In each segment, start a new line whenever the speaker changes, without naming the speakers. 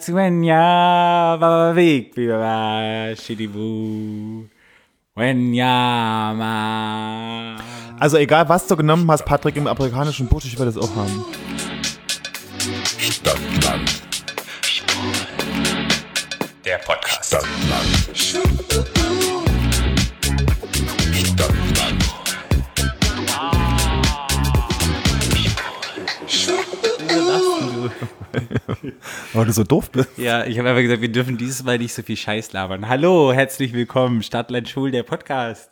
Natswenya Babik Biba Shidibu Wenyama.
Also egal, was du genommen hast, Patrick, im amerikanischen Busch, ich werde es auch haben.
Stadtland. Der Podcast. Stadtland. Stadtland.
Weil du so doof bist.
Ja, ich habe einfach gesagt, wir dürfen dieses Mal nicht so viel Scheiß labern. Hallo, herzlich willkommen, Stadtland Schul, der Podcast.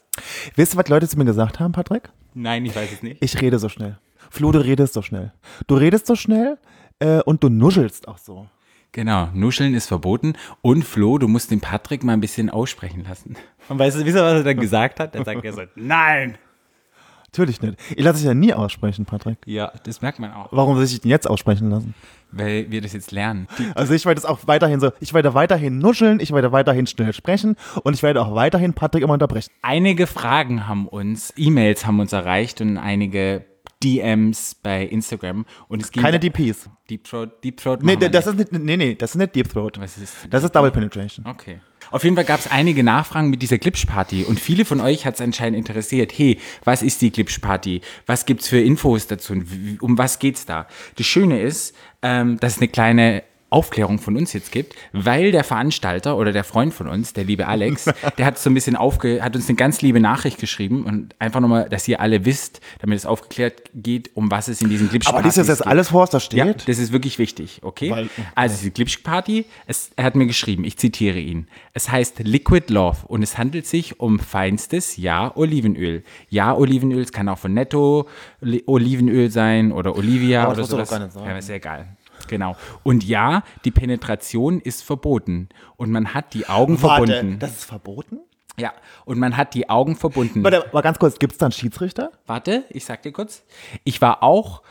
Weißt du, was Leute zu mir gesagt haben, Patrick?
Nein, ich weiß es nicht.
Ich rede so schnell. Flo, du redest so schnell. Du redest so schnell äh, und du nuschelst auch so.
Genau, Nuscheln ist verboten. Und Flo, du musst den Patrick mal ein bisschen aussprechen lassen. Und weißt du, wisst ihr, was er dann gesagt hat? Dann sagt er so, nein.
Natürlich nicht. Ich lasse dich ja nie aussprechen, Patrick.
Ja, das merkt man auch,
Warum soll ich dich denn jetzt aussprechen lassen?
weil wir das jetzt lernen.
Also ich werde es auch weiterhin so, ich werde weiterhin nuscheln, ich werde weiterhin schnell sprechen und ich werde auch weiterhin Patrick immer unterbrechen.
Einige Fragen haben uns, E-Mails haben uns erreicht und einige DMs bei Instagram. Und es ging
Keine DPs.
Deep Throat, Deep Throat.
Nee,
machen wir
das
nicht.
ist nicht, nee, nee, das ist nicht Deep Throat.
Was ist-
das ist Double Penetration.
Okay. Auf jeden Fall gab es einige Nachfragen mit dieser Glitch-Party und viele von euch hat es anscheinend interessiert. Hey, was ist die Glitch-Party? Was gibt's für Infos dazu? Und w- Um was geht's da? Das Schöne ist, ähm, dass es eine kleine Aufklärung von uns jetzt gibt, weil der Veranstalter oder der Freund von uns, der liebe Alex, der hat so ein bisschen aufge, hat uns eine ganz liebe Nachricht geschrieben und einfach nochmal, dass ihr alle wisst, damit es aufgeklärt geht, um was es in diesen
Aber
Glitch-Partys
dies ist jetzt
geht.
alles, was da steht?
Ja, das ist wirklich wichtig, okay?
Weil-
also diese Glitch-Party, es- er hat mir geschrieben, ich zitiere ihn. Es heißt Liquid Love und es handelt sich um feinstes Ja Olivenöl. Ja Olivenöl, es kann auch von Netto Li- Olivenöl sein oder Olivia
Aber das
oder
musst du
sowas.
doch gar nicht sagen.
Ja, ist ja egal. Genau. Und ja, die Penetration ist verboten und man hat die Augen
Warte,
verbunden.
das ist verboten?
Ja, und man hat die Augen verbunden.
Warte, mal ganz kurz, gibt es da einen Schiedsrichter?
Warte, ich sag dir kurz. Ich war auch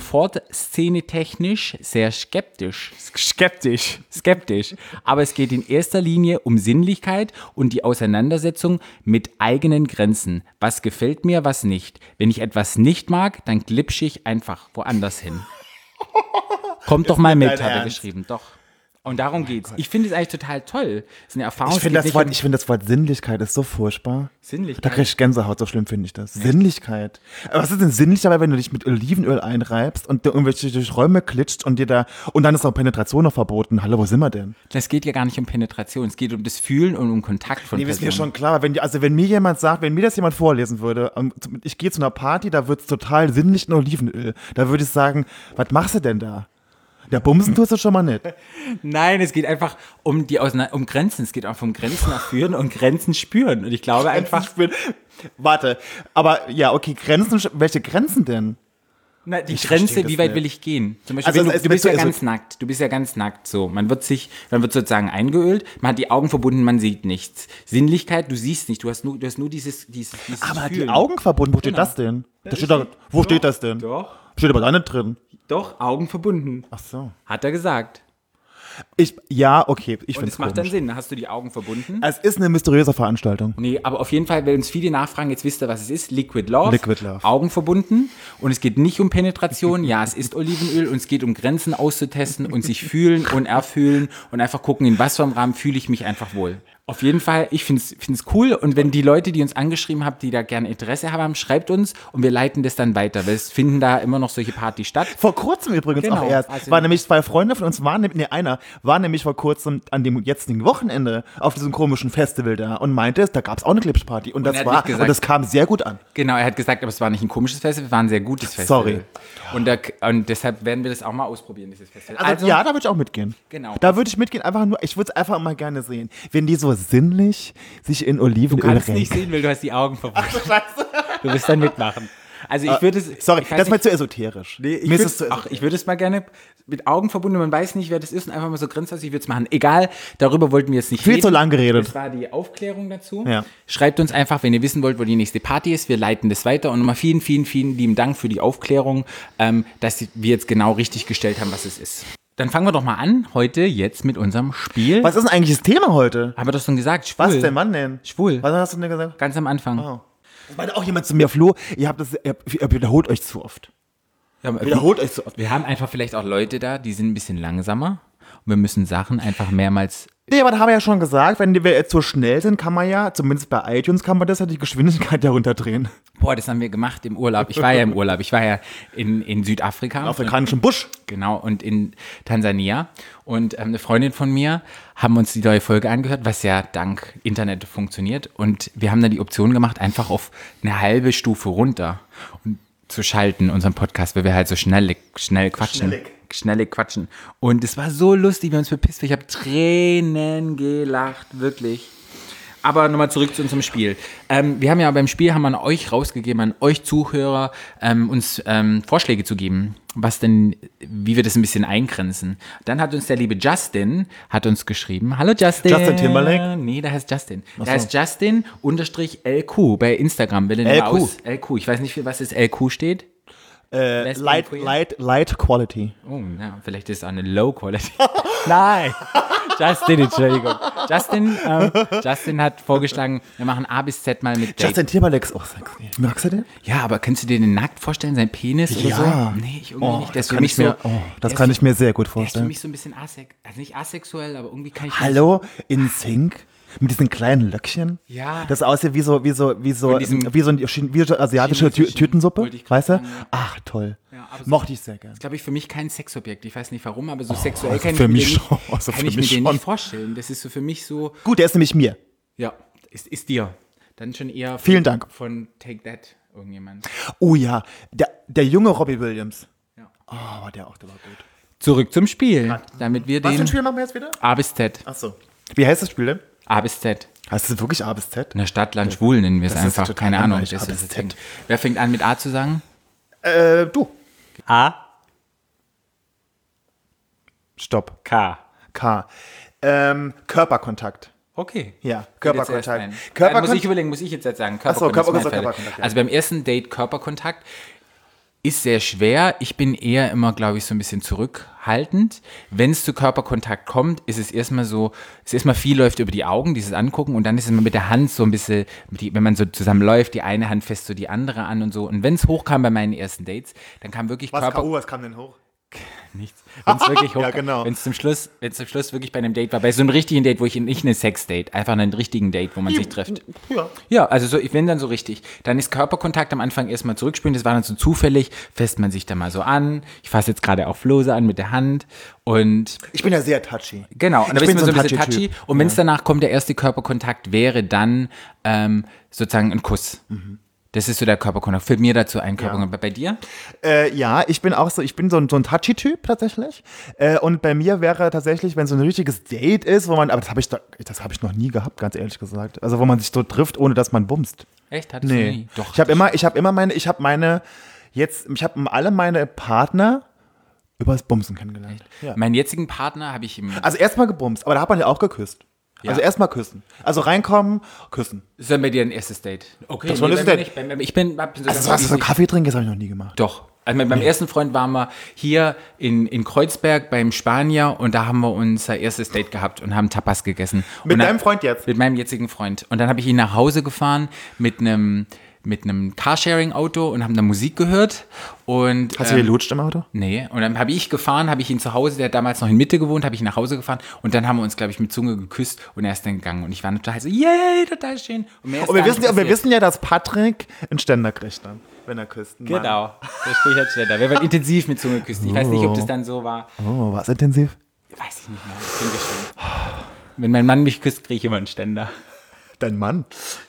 komfortszene technisch sehr skeptisch. Skeptisch. Skeptisch. Aber es geht in erster Linie um Sinnlichkeit und die Auseinandersetzung mit eigenen Grenzen. Was gefällt mir, was nicht. Wenn ich etwas nicht mag, dann glitsch ich einfach woanders hin. Kommt doch mal mit,
dein
hat er
Ernst? Oh
geschrieben. Doch. Und darum geht's. Ich finde es eigentlich total toll. Es ist eine Erfahrung.
Ich
es
finde
geht
das,
nicht
Wort-
um-
ich find das Wort Sinnlichkeit ist so furchtbar.
Sinnlichkeit?
Da kriege ich Gänsehaut, so schlimm finde ich das. Sinnlichkeit. Aber was ist denn sinnlich dabei, wenn du dich mit Olivenöl einreibst und dir irgendwelche durch Räume klitscht und dir da. Und dann ist noch Penetration noch verboten. Hallo, wo sind wir denn?
Das geht ja gar nicht um Penetration. Es geht um das Fühlen und um Kontakt von
Nee, ist mir
Personen.
schon klar. Wenn, die- also, wenn mir jemand sagt, wenn mir das jemand vorlesen würde, ähm, zum- ich gehe zu einer Party, da wird es total sinnlich in Olivenöl. Da würde ich sagen, was machst du denn da? Der Bumsen tust du schon mal nicht.
Nein, es geht einfach um die Auseinand um Grenzen. Es geht einfach um Grenzen erführen und Grenzen spüren. Und ich glaube einfach,
Ich bin- Warte, aber ja, okay, Grenzen, welche Grenzen denn?
na, die
verstehe
Grenze,
das
wie weit
nicht.
will ich gehen? Zum Beispiel,
Also
wenn
es-
du,
es
du bist
wird
ja
so-
ganz nackt. Du bist ja ganz nackt. So, man wird sich, man wird sozusagen eingeölt. Man hat die Augen verbunden, man sieht nichts. Sinnlichkeit, du siehst nicht. Du hast nur, du hast nur dieses, dieses, dieses
Aber hat die
Fühlen.
Augen verbunden, wo steht
Genau.
das denn? Da steht doch, wo steht das denn?
Doch,
Steht aber da nicht drin.
doch, Augen verbunden.
Ach so.
Hat er gesagt.
Ich, ja, okay, ich
Und
finde es
es macht dann
komisch.
Sinn. Hast du die Augen verbunden?
Es ist eine mysteriöse Veranstaltung.
Nee, aber auf jeden Fall, wenn uns viele nachfragen, jetzt wisst ihr, was es ist. Liquid Love.
Liquid Love.
Augen verbunden. Und es geht nicht um Penetration. Ja, es ist Olivenöl. Und es geht um Grenzen auszutesten und sich fühlen und erfühlen und einfach gucken, in was für einem Rahmen fühle ich mich einfach wohl. Auf jeden Fall, ich finde es cool. Und wenn die Leute, die uns angeschrieben haben, die da gerne Interesse haben, schreibt uns und wir leiten das dann weiter. Weil es finden da immer noch solche Partys statt.
Vor kurzem übrigens
Genau,
auch erst.
also-
waren nämlich zwei Freunde von uns, waren, nee, einer war nämlich vor kurzem an dem jetzigen Wochenende auf diesem komischen Festival da und meinte es, da gab es auch eine Glitch-Party. Und,
er
das
hat
war,
nicht gesagt-
und das kam sehr gut an.
Genau, er hat gesagt, aber es war nicht ein komisches Festival, es war ein sehr gutes Festival.
Sorry.
Und, da, und deshalb werden wir das auch mal ausprobieren, dieses Festival.
Also, ja, da würde ich auch mitgehen.
Genau.
Da würde ich mitgehen, einfach nur, ich würde es einfach mal gerne sehen. Wenn die so sinnlich sich in Olivenöl
Du kannst nicht
renken.
sehen, weil du hast die Augen verbunden. Du wirst dann mitmachen. Also ich würde es.
Ah, Sorry,
ich weiß
das ist mir
nicht-
zu esoterisch.
Nee, ich
Mir ist
würde
es zu
es, ach, ich würde es mal gerne mit Augen verbunden, man weiß nicht, wer das ist und einfach mal so grenzt, ich würde es machen. Egal, darüber wollten wir jetzt nicht
Viel
reden.
zu lang geredet.
Das war die Aufklärung dazu.
Ja.
Schreibt uns einfach, wenn ihr wissen wollt, wo die nächste Party ist. Wir leiten das weiter. Und nochmal vielen, vielen, vielen lieben Dank für die Aufklärung, ähm, dass die- wir jetzt genau richtig gestellt haben, was es ist. Dann fangen wir doch mal an, heute jetzt mit unserem Spiel.
Was ist denn eigentlich das Thema heute?
Haben wir doch schon gesagt, schwul.
Was denn, Mann denn?
Schwul.
Was Ah. hast du denn gesagt?
Ganz am Anfang.
Das meinte auch jemand zu mir, Flo, ihr habt das, ihr, ihr wiederholt euch zu oft.
haben,
Wiederholt euch so oft.
wir haben einfach vielleicht auch Leute da, die sind ein bisschen langsamer. Und wir müssen Sachen einfach mehrmals.
Nee, aber da haben wir ja schon gesagt, wenn wir jetzt so schnell sind, kann man ja, zumindest bei iTunes kann man das ja die Geschwindigkeit ja runterdrehen.
Boah, das haben wir gemacht im Urlaub. Ich war ja im Urlaub. Ich war ja in, in Südafrika.
Afrikanischen Busch.
Genau, und in Tansania. Und ähm, eine Freundin von mir haben uns die neue Folge angehört, was ja dank Internet funktioniert. Und wir haben dann die Option gemacht, einfach auf eine halbe Stufe runter und zu schalten, unseren Podcast, weil wir halt so schnell, schnell quatschen.
Schnellig.
Schnelle quatschen. Und es war so lustig, wir haben uns bepisst. Ich habe Tränen gelacht, wirklich. Aber nochmal zurück zu unserem Spiel. Ähm, wir haben ja beim Spiel haben an euch rausgegeben, an euch Zuhörer, ähm, uns ähm, Vorschläge zu geben, was denn, wie wir das ein bisschen eingrenzen. Dann hat uns der liebe Justin hat uns geschrieben. Hallo Justin.
Justin Timberlake?
Nee, der heißt Justin.
so.
Der heißt Justin unterstrich LQ bei Instagram. Will
LQ.
LQ. Aus. LQ. Ich weiß nicht, für was das LQ steht.
Äh,
Lesbian
light,
Queen.
light, light Quality.
Oh, ja, vielleicht ist es auch eine Low Quality.
Nein.
Justin, Entschuldigung. Justin, ähm, Justin hat vorgeschlagen, wir machen A bis Z mal mit Dating.
Justin Timberlake ist auch sexy. Magst du den?
Ja, aber kannst du dir den nackt vorstellen, sein Penis oder so? Nee, ich irgendwie
oh,
nicht. Der
Das
ist für
kann,
mich
ich
so.
mir, oh, das
der
kann
ist,
ich mir sehr gut
Der ist für
vorstellen.
mich so ein bisschen asex, also nicht asexuell, aber irgendwie kann ich.
Hallo, in Sync? Mit diesen kleinen Löckchen?
Ja.
Das aussieht wie so, wie so, wie so,
Von diesem
wie so, ein, wie so asiatische Tü
chinesischen-
Tütensuppe,
wollte ich gerade
weißt du?
sagen, ja.
Ach, toll.
Ja, aber so-
Mochte ich sehr gern.
Das glaube ich für mich kein Sexobjekt. Ich weiß nicht warum, aber so sexuell
also
kann ich
für
mir
mich
den
schon.
nicht,
Also
kann
für
ich
mich
mir den
schon.
nicht vorstellen. Das ist so für mich so,
Gut, der ist nämlich mir.
ja, ist, ist dir. Dann schon eher von,
Vielen Dank.
von Take That irgendjemand.
Oh ja, der, der junge Robbie Williams.
Ja.
Oh, war der auch, der war gut.
Zurück zum Spiel, damit wir den
machen wir jetzt wieder?
A bis Z,
Ach so. Wie heißt das Spiel denn?
A bis Z.
Heißt es wirklich A bis Z?
In der Stadt, Land, Schwul nennen wir es
das ist
einfach.
total
Keine Ahnung.
langweilig.
Das ist
A bis
das
Z.
Ding. Wer fängt an mit A zu sagen?
Äh, du.
A,
Stopp.
K.
K. Ähm, Körperkontakt.
Okay.
Ja,
Geht
Körperkontakt.
jetzt erst ein.
Körperkon-
Dann muss ich überlegen, muss ich jetzt, jetzt sagen.
so,
Körperkontakt. ist mein
Körper-
Fall.
Körperkontakt, ja.
Also beim ersten Date Körperkontakt ist sehr schwer. Ich bin eher immer, glaube ich, so ein bisschen zurückhaltend. Wenn es zu Körperkontakt kommt, ist es erstmal so, es ist erstmal viel läuft über die Augen, dieses Angucken und dann ist es immer mit der Hand so ein bisschen, die, wenn man so zusammenläuft, die eine Hand fest so die andere an und so. Und wenn es hochkam bei meinen ersten Dates, dann kam wirklich
Was,
Körper,
kam- oh, was kam denn hoch?
Nichts. Wenn es wirklich hoch,
Ja, genau.
Wenn es zum Schluss, wenn zum Schluss wirklich bei einem Date war, bei so einem richtigen Date, wo ich nicht eine Sex-Date, einfach einen richtigen Date, wo man sich trifft.
Ja.
Ja, also so, ich bin dann so richtig. Dann ist Körperkontakt am Anfang erstmal zurückspülen, das war dann so zufällig, fässt man sich da mal so an. Ich fasse jetzt gerade auch Flose an mit der Hand und
Ich bin ja sehr touchy.
Genau, und
Ich
dann
bin
bist du
so
so
ein
ein bisschen touchy.
touchy-Typ.
Und wenn es danach kommt, der erste Körperkontakt wäre dann ähm, sozusagen ein Kuss.
Mhm.
Das ist so der Körperkontakt. Fällt mir dazu ein Körperkontakt. Bei dir?
Äh, ja, ich bin auch so, ich bin so ein, so ein touchy-Typ tatsächlich. Äh, und bei mir wäre tatsächlich, wenn so ein richtiges Date ist, wo man, aber das habe ich, da- das habe ich noch nie gehabt, ganz ehrlich gesagt. Also wo man sich so trifft, ohne dass man bumst.
Echt? Hattest du
Nee.
nie? Doch.
Ich habe immer, ich habe immer meine, ich habe meine, jetzt, ich habe alle meine Partner übers Bumsen kennengelernt. Ja.
Meinen jetzigen Partner habe ich im
Also erstmal gebumst, aber da hat man ja auch geküsst.
Ja.
Also erstmal küssen. Also reinkommen, küssen.
Das ist dann bei dir ein erstes Date. Okay,
Das war ein
bei mir
erstes
nicht. Bei mir- Ich bin, hab- bin
Also, also so Kaffee trinken, das habe ich noch nie gemacht.
Doch. Also mit meinem ersten Freund waren wir hier in, in Kreuzberg beim Spanier und da haben wir unser erstes Date gehabt und haben Tapas gegessen.
Mit
und
deinem Freund jetzt?
Mit meinem jetzigen Freund. Und dann habe ich ihn nach Hause gefahren mit einem mit einem Carsharing-Auto und haben da Musik gehört. Und, äh,
Hast du gelutscht im Auto?
Nee, und dann habe ich gefahren, habe ich ihn zu Hause, der hat damals noch in Mitte gewohnt, habe ich ihn nach Hause gefahren und dann haben wir uns, glaube ich, mit Zunge geküsst und er ist dann gegangen und ich war total so, yay, total schön. Und, mehr ist
Und wir
gar
wissen,
nicht
ja, wir
passiert.
wissen ja, dass Patrick einen Ständer kriegt dann, wenn er küsst. Mann.
Genau, der spricht halt schneller. Wir werden intensiv mit Zunge küssen. Ich weiß nicht, ob das dann so war.
Oh, war es intensiv?
Weiß ich nicht mehr. Ich bin gespannt. Wenn mein Mann mich küsst, kriege ich immer einen Ständer.
Dein Mann.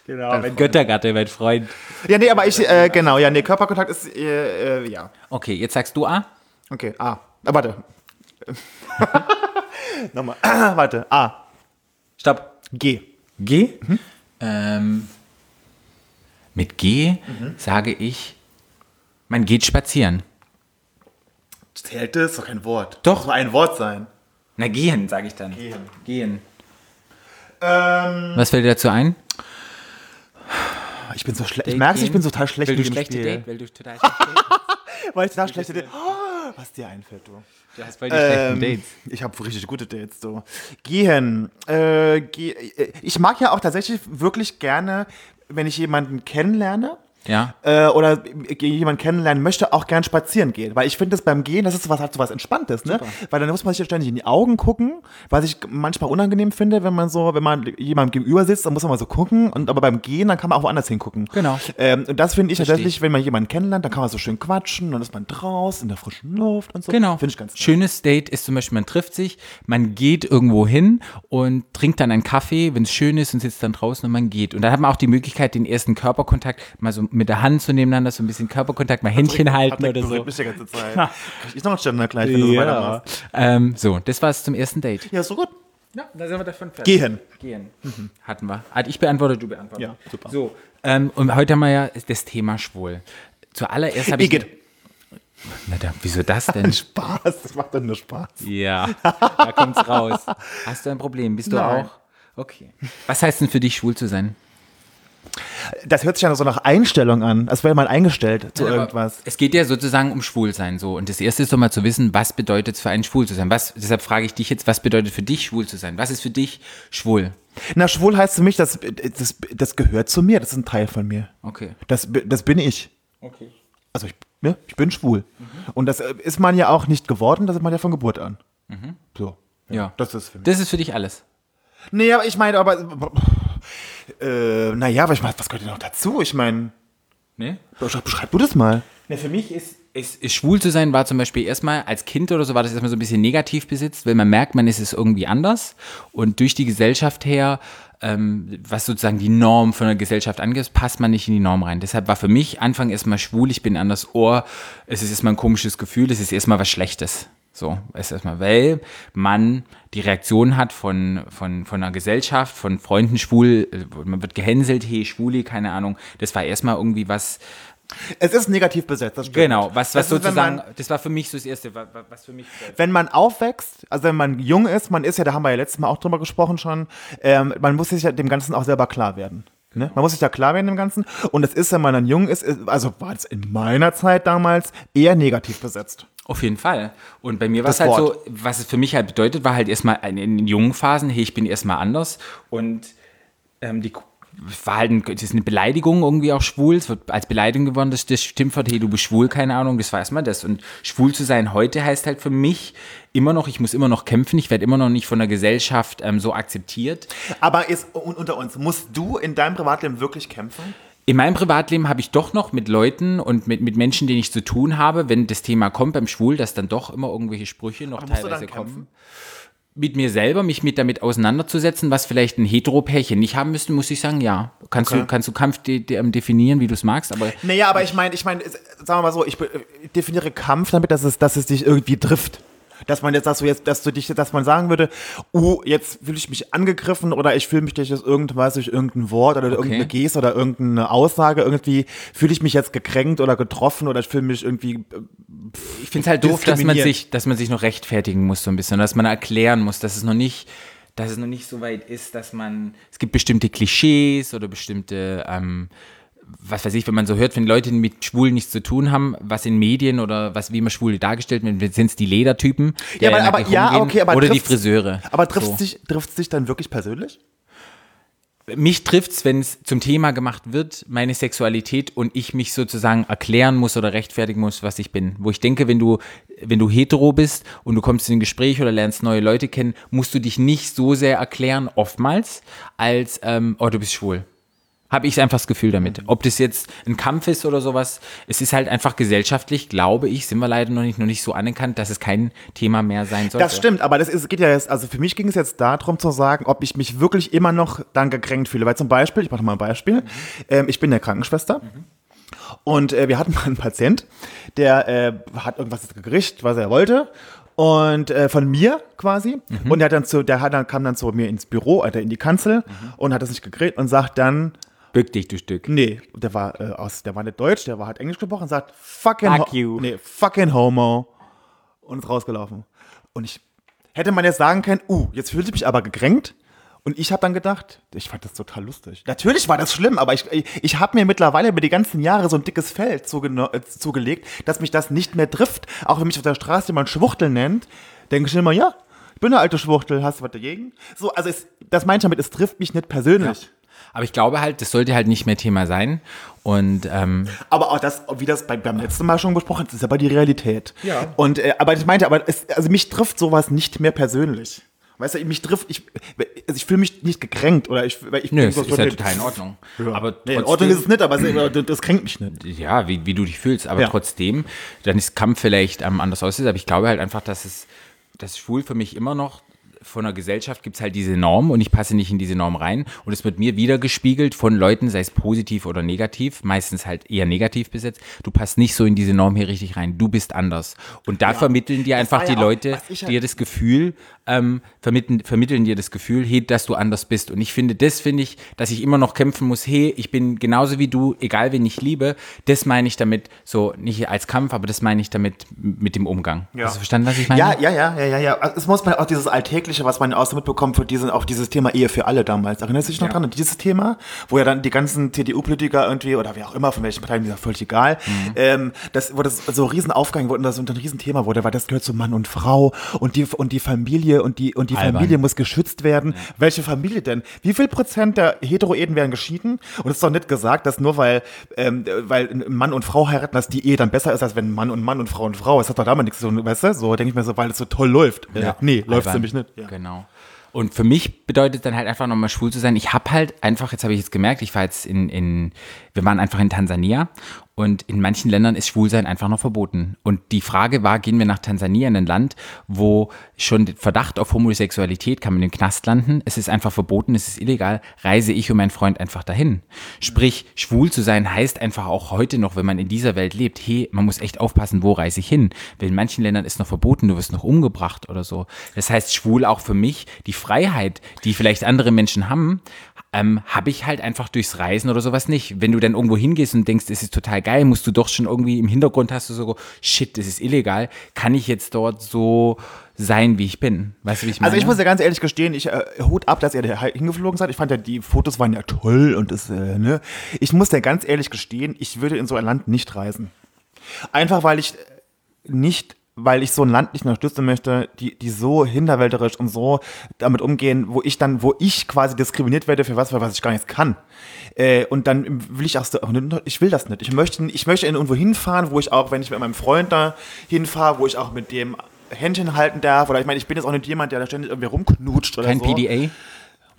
Genau.
Mein Göttergatte, mein Freund.
ja, nee, aber ich, äh, genau, ja, nee, Körperkontakt ist, äh, äh, ja.
Okay, jetzt sagst du A.
Okay, ah. Ah, warte. Nochmal. warte. A.
Stopp.
G.
G. Ähm, mit G sage ich, man geht spazieren.
Zählt das? Ist doch kein Wort.
Doch.
Muss nur ein Wort sein.
Na, gehen, sage ich dann. Mhm.
Gehen.
Gehen.
Ähm.
Was fällt dir dazu ein?
Ich bin so schlecht. Ich merke, ich bin so total schlecht
weil du
mit dem
schlechte
Spiel.
Date, weil du total schlecht Date.
Weil ich da schlechte Date. Oh, was dir einfällt, du.
Du hast voll die schlechten
Ähm,
Dates.
Ich habe richtig gute Dates, so. Gehen. Äh, geh, ich mag ja auch tatsächlich wirklich gerne, wenn ich jemanden kennenlerne,
Ja.
äh, oder jemand kennenlernen möchte, auch gern spazieren gehen. Weil ich finde das beim Gehen, das ist sowas, halt sowas Entspanntes, ne? Weil dann muss man sich ja ständig in die Augen gucken, was ich manchmal unangenehm finde, wenn man so, wenn man jemandem gegenüber sitzt, dann muss man mal so gucken. Und aber beim Gehen, dann kann man auch woanders hingucken.
Genau.
Ähm, und das finde ich
Verstehe
tatsächlich, wenn man jemanden kennenlernt, dann kann man so schön quatschen, dann ist man draußen in der frischen Luft und so.
Genau.
Finde ich ganz schön.
Schönes Date ist zum Beispiel, man trifft sich, man geht irgendwo hin und trinkt dann einen Kaffee, wenn es schön ist und sitzt dann draußen und man geht. Und dann hat man auch die Möglichkeit, den ersten Körperkontakt mal so mit der Hand zu nebeneinander, so ein bisschen Körperkontakt, mal Händchen halten oder so.
Mich die ganze Zeit. Krieg ich noch einen Ständer gleich, wenn du so weitermachst.
Ähm, so, das war es zum ersten Date.
Ja, ist so gut.
Ja, da sind wir davon fertig.
Gehen.
Gehen. Mhm. Hatten wir. Hat ich beantwortet, du beantwortet.
Ja, super.
So, ähm, und heute haben wir ja das Thema schwul. Zuallererst habe ich.
Igitt.
Na, da, wieso das denn?
Spaß, das macht dann nur Spaß.
Ja, da kommt's raus. Hast du ein Problem? Bist du
Nein.
auch? Okay. Was heißt denn für dich schwul zu sein?
Das hört sich ja so nach Einstellung an, als wäre man eingestellt zu irgendwas.
Es geht ja sozusagen um Schwulsein so. Und das erste ist doch mal zu wissen, was bedeutet es für einen schwul zu sein? Was, deshalb frage ich dich jetzt, was bedeutet für dich schwul zu sein? Was ist für dich schwul?
Na, schwul heißt für mich, das, das, das gehört zu mir, das ist ein Teil von mir.
Okay.
Das, bi- das bin ich.
Okay.
Also ich, ne, ich bin schwul. Und das äh, ist man ja auch nicht geworden, das ist man ja von Geburt an. So.
Ja.
Das ist für mich.
Das ist für dich alles.
Nee, aber ich meine, aber. Äh, naja, aber ich meine, was gehört denn noch dazu? Ich meine,
Ne?
besch- beschreib du das mal.
für mich ist, ist, ist schwul zu sein, war zum Beispiel erstmal als Kind oder so, war das erstmal so ein bisschen negativ besetzt, weil man merkt, man ist es irgendwie anders. Und durch die Gesellschaft her, ähm, was sozusagen die Norm von der Gesellschaft angeht, passt man nicht in die Norm rein. Deshalb war für mich Anfang erstmal schwul, ich bin anders Ohr, es ist erstmal ein komisches Gefühl, es ist erstmal was Schlechtes. So, es ist erstmal, weil man die Reaktion hat von, von, von einer Gesellschaft, von Freunden schwul, äh, man wird gehänselt, hey, Schwule, keine Ahnung. Das war erstmal irgendwie was,
Es ist negativ besetzt, das stimmt.
Genau, was, was
Das ist, wenn man-
sozusagen, das war für mich so das Erste, wa- wa- was für mich.
wenn man aufwächst, also wenn man jung ist, man ist ja, da haben wir ja letztes Mal auch drüber gesprochen schon, ähm, man muss sich ja dem Ganzen auch selber klar werden. Ne? Man muss sich da klar werden dem Ganzen. Und das ist, wenn man dann jung ist, ist- also war das in meiner Zeit damals eher negativ besetzt.
Auf jeden Fall. Und bei mir war es
Das
halt so,
Wort.
was es für mich halt bedeutet, war halt erstmal in, in jungen Phasen, hey, ich bin erstmal anders. Und ähm, die war halt ein, das ist eine Beleidigung irgendwie auch schwul. Es wird als Beleidigung geworden, das, das Stimmwort, hey, du bist schwul, keine Ahnung, das war erstmal das. Und schwul zu sein heute heißt halt für mich immer noch, ich muss immer noch kämpfen, ich werde immer noch nicht von der Gesellschaft ähm, so akzeptiert.
Aber ist un- unter uns, musst du in deinem Privatleben wirklich kämpfen?
In meinem Privatleben habe ich doch noch mit Leuten und mit, mit Menschen, denen ich zu tun habe, wenn das Thema kommt beim Schwul, dass dann doch immer irgendwelche Sprüche noch
Aber musst du
teilweise
dann kämpfen?
kommen. Mit mir selber, mich mit damit auseinanderzusetzen, was vielleicht ein Hetero-Pärchen nicht haben müssten, muss ich sagen, ja. Kannst du,
Okay.
kannst du Kampf de de ähm, definieren, wie du es magst, aber
Naja, aber ich meine, ich meine, es- sagen wir mal so, ich be- äh, definiere Kampf damit, dass es, dass es dich irgendwie trifft. Dass man jetzt, dass du jetzt, dass du dich, dass man sagen würde, uh, jetzt fühle ich mich angegriffen oder ich fühle mich durch das irgendwas, durch irgendein Wort oder irgendeine Geste oder irgendeine Aussage, irgendwie fühle ich mich jetzt gekränkt oder getroffen oder ich fühle mich irgendwie. äh,
ich finde es halt doof, dass man
diskriminiert.
sich, dass man sich noch rechtfertigen muss so ein bisschen, dass man erklären muss, dass es noch nicht, dass es noch nicht so weit ist, dass man, es gibt bestimmte Klischees oder bestimmte, ähm, was weiß ich, wenn man so hört, wenn Leute mit Schwulen nichts zu tun haben, was in Medien oder was wie immer Schwule dargestellt werden, sind es die Ledertypen, die
Ja, aber-
nackig
aber- ja,
rumgehen,
okay, aber
oder die
trifft's-
Friseure.
Aber trifft
So.
es dich, trifft dich dann wirklich persönlich?
mich trifft's, wenn es zum Thema gemacht wird, meine Sexualität und ich mich sozusagen erklären muss oder rechtfertigen muss, was ich bin. Wo ich denke, wenn du wenn du hetero bist und du kommst in ein Gespräch oder lernst neue Leute kennen, musst du dich nicht so sehr erklären oftmals als ähm, oh du bist schwul. Habe ich einfach das Gefühl damit. Ob das jetzt ein Kampf ist oder sowas, es ist halt einfach gesellschaftlich, glaube ich, sind wir leider noch nicht, noch nicht so anerkannt, dass es kein Thema mehr sein sollte.
Das stimmt, aber das ist, geht ja jetzt, also für mich ging es jetzt darum zu sagen, ob ich mich wirklich immer noch dann gekränkt fühle. Weil zum Beispiel, ich mache mal ein Beispiel, ähm, ich bin ja Krankenschwester. Und äh, wir hatten mal einen Patient, der äh, hat irgendwas gekriegt, was er wollte. Und äh, von mir quasi. Und der, hat dann zu, der hat dann, kam dann zu mir ins Büro, also in die Kanzel und hat das nicht gekriegt und sagt dann,
Bück dich, du Stück.
nee, der war äh, aus, der war nicht Deutsch, der war hat Englisch gesprochen und sagt, fucking
Fuck
ho-
you.
Nee, fucking Homo. Und ist rausgelaufen. Und ich hätte man jetzt sagen können, uh, jetzt fühlte ich mich aber gekränkt. Und ich habe dann gedacht, ich fand das total lustig. Natürlich war das schlimm, aber ich, ich habe mir mittlerweile über die ganzen Jahre so ein dickes Fell zugeno- äh, zugelegt, dass mich das nicht mehr trifft. Auch wenn mich auf der Straße jemand Schwuchtel nennt, denke ich immer, ja, ich bin eine alte Schwuchtel, hast du was dagegen? So, also es, das meine ich damit, es trifft mich nicht persönlich.
Aber ich glaube halt, das sollte halt nicht mehr Thema sein. Und ähm,
Aber auch das, wie das bei, beim letzten Mal schon besprochen ist, ist aber die Realität.
Ja.
Und äh, aber ich meinte, aber es, also mich trifft sowas nicht mehr persönlich. Weißt du, mich trifft, ich, also ich fühle mich nicht gekränkt oder ich, weil ich
nö,
bin
es
so-
ist ja total in Ordnung.
Um Ja.
Aber
nee, in
trotzdem-
Ordnung ist es nicht, aber es, das kränkt mich nicht.
ja, wie, wie du dich fühlst, aber
Ja.
trotzdem, dann ist Kampf vielleicht ähm, anders aussieht, aber ich glaube halt einfach, dass es, dass schwul für mich immer noch von der Gesellschaft gibt es halt diese Norm und ich passe nicht in diese Norm rein und es wird mir wieder gespiegelt von Leuten, sei es positiv oder negativ, meistens halt eher negativ besetzt, du passt nicht so in diese Norm hier richtig rein, du bist anders und da vermitteln dir
Das war
einfach die
ja auch,
Leute
was ich halt-
dir das Gefühl, ähm, vermitteln, vermitteln dir das Gefühl, hey, dass du anders bist. Und ich finde, das finde ich, dass ich immer noch kämpfen muss, hey, ich bin genauso wie du, egal wen ich liebe. Das meine ich damit, so nicht als Kampf, aber das meine ich damit m- mit dem Umgang. Hast du verstanden, was ich meine?
Ja, ja, ja, ja, ja, ja. Also Es muss man auch dieses Alltägliche, was man aus mitbekommt, für diesen, auch dieses Thema Ehe für alle damals. Erinnerst du dich noch
Ja.
dran? an Dieses Thema, wo ja dann die ganzen CDU-Politiker irgendwie oder wer auch immer, von welchen Parteien, ist ja völlig egal,
Mhm.
ähm, das, wo das so riesen Aufgang wurde und das unter ein Riesenthema wurde, weil das gehört zu Mann und Frau und die, und die Familie und die, und die
Albern.
Familie muss geschützt werden. Welche Familie denn? Wie viel Prozent der Heteroeden werden geschieden? Und es ist doch nicht gesagt, dass nur weil, ähm, weil ein Mann und Frau heiraten, dass die Ehe dann besser ist, als wenn Mann und Mann und Frau und Frau. Es hat doch damit nichts zu tun, weißt du? So denke ich mir so, weil es so toll läuft. Äh, nee, läuft es
Albern.
nämlich nicht.
Genau. Und für mich bedeutet dann halt einfach nochmal schwul zu sein. Ich habe halt einfach, jetzt habe ich jetzt gemerkt, ich war jetzt in, in, wir waren einfach in Tansania und in manchen Ländern ist Schwulsein einfach noch verboten. Und die Frage war, gehen wir nach Tansania in ein Land, wo schon der Verdacht auf Homosexualität kann man im Knast landen, es ist einfach verboten, es ist illegal, reise ich und mein Freund einfach dahin. Sprich, schwul zu sein heißt einfach auch heute noch, wenn man in dieser Welt lebt, hey, man muss echt aufpassen, wo reise ich hin. Weil in manchen Ländern ist noch verboten, du wirst noch umgebracht oder so. Das heißt, schwul auch für mich, die Freiheit, die vielleicht andere Menschen haben, ähm, habe ich halt einfach durchs Reisen oder sowas nicht. Wenn du dann irgendwo hingehst und denkst, es ist total geil, musst du doch schon irgendwie im Hintergrund hast du so, shit, das ist illegal, kann ich jetzt dort so sein, wie ich bin? Weißt du, wie ich meine?
Also ich muss ja ganz ehrlich gestehen, ich äh, Hut ab, dass ihr da hingeflogen seid. Ich fand ja, die Fotos waren ja toll und das, äh, ne. Ich muss ja ganz ehrlich gestehen, ich würde in so ein Land nicht reisen. Einfach weil ich äh, nicht, weil ich so ein Land nicht unterstützen möchte, die, die so hinterwälderisch und so damit umgehen, wo ich dann, wo ich quasi diskriminiert werde für was, für was ich gar nichts kann. Äh, und dann will ich auch so, oh, ne, ich will das nicht. Ich möchte, ich möchte in irgendwo hinfahren, wo ich auch, wenn ich mit meinem Freund da hinfahre, wo ich auch mit dem Händchen halten darf. Oder ich meine, ich bin jetzt auch nicht jemand, der da ständig irgendwie rumknutscht oder
Kein
so.
PDA?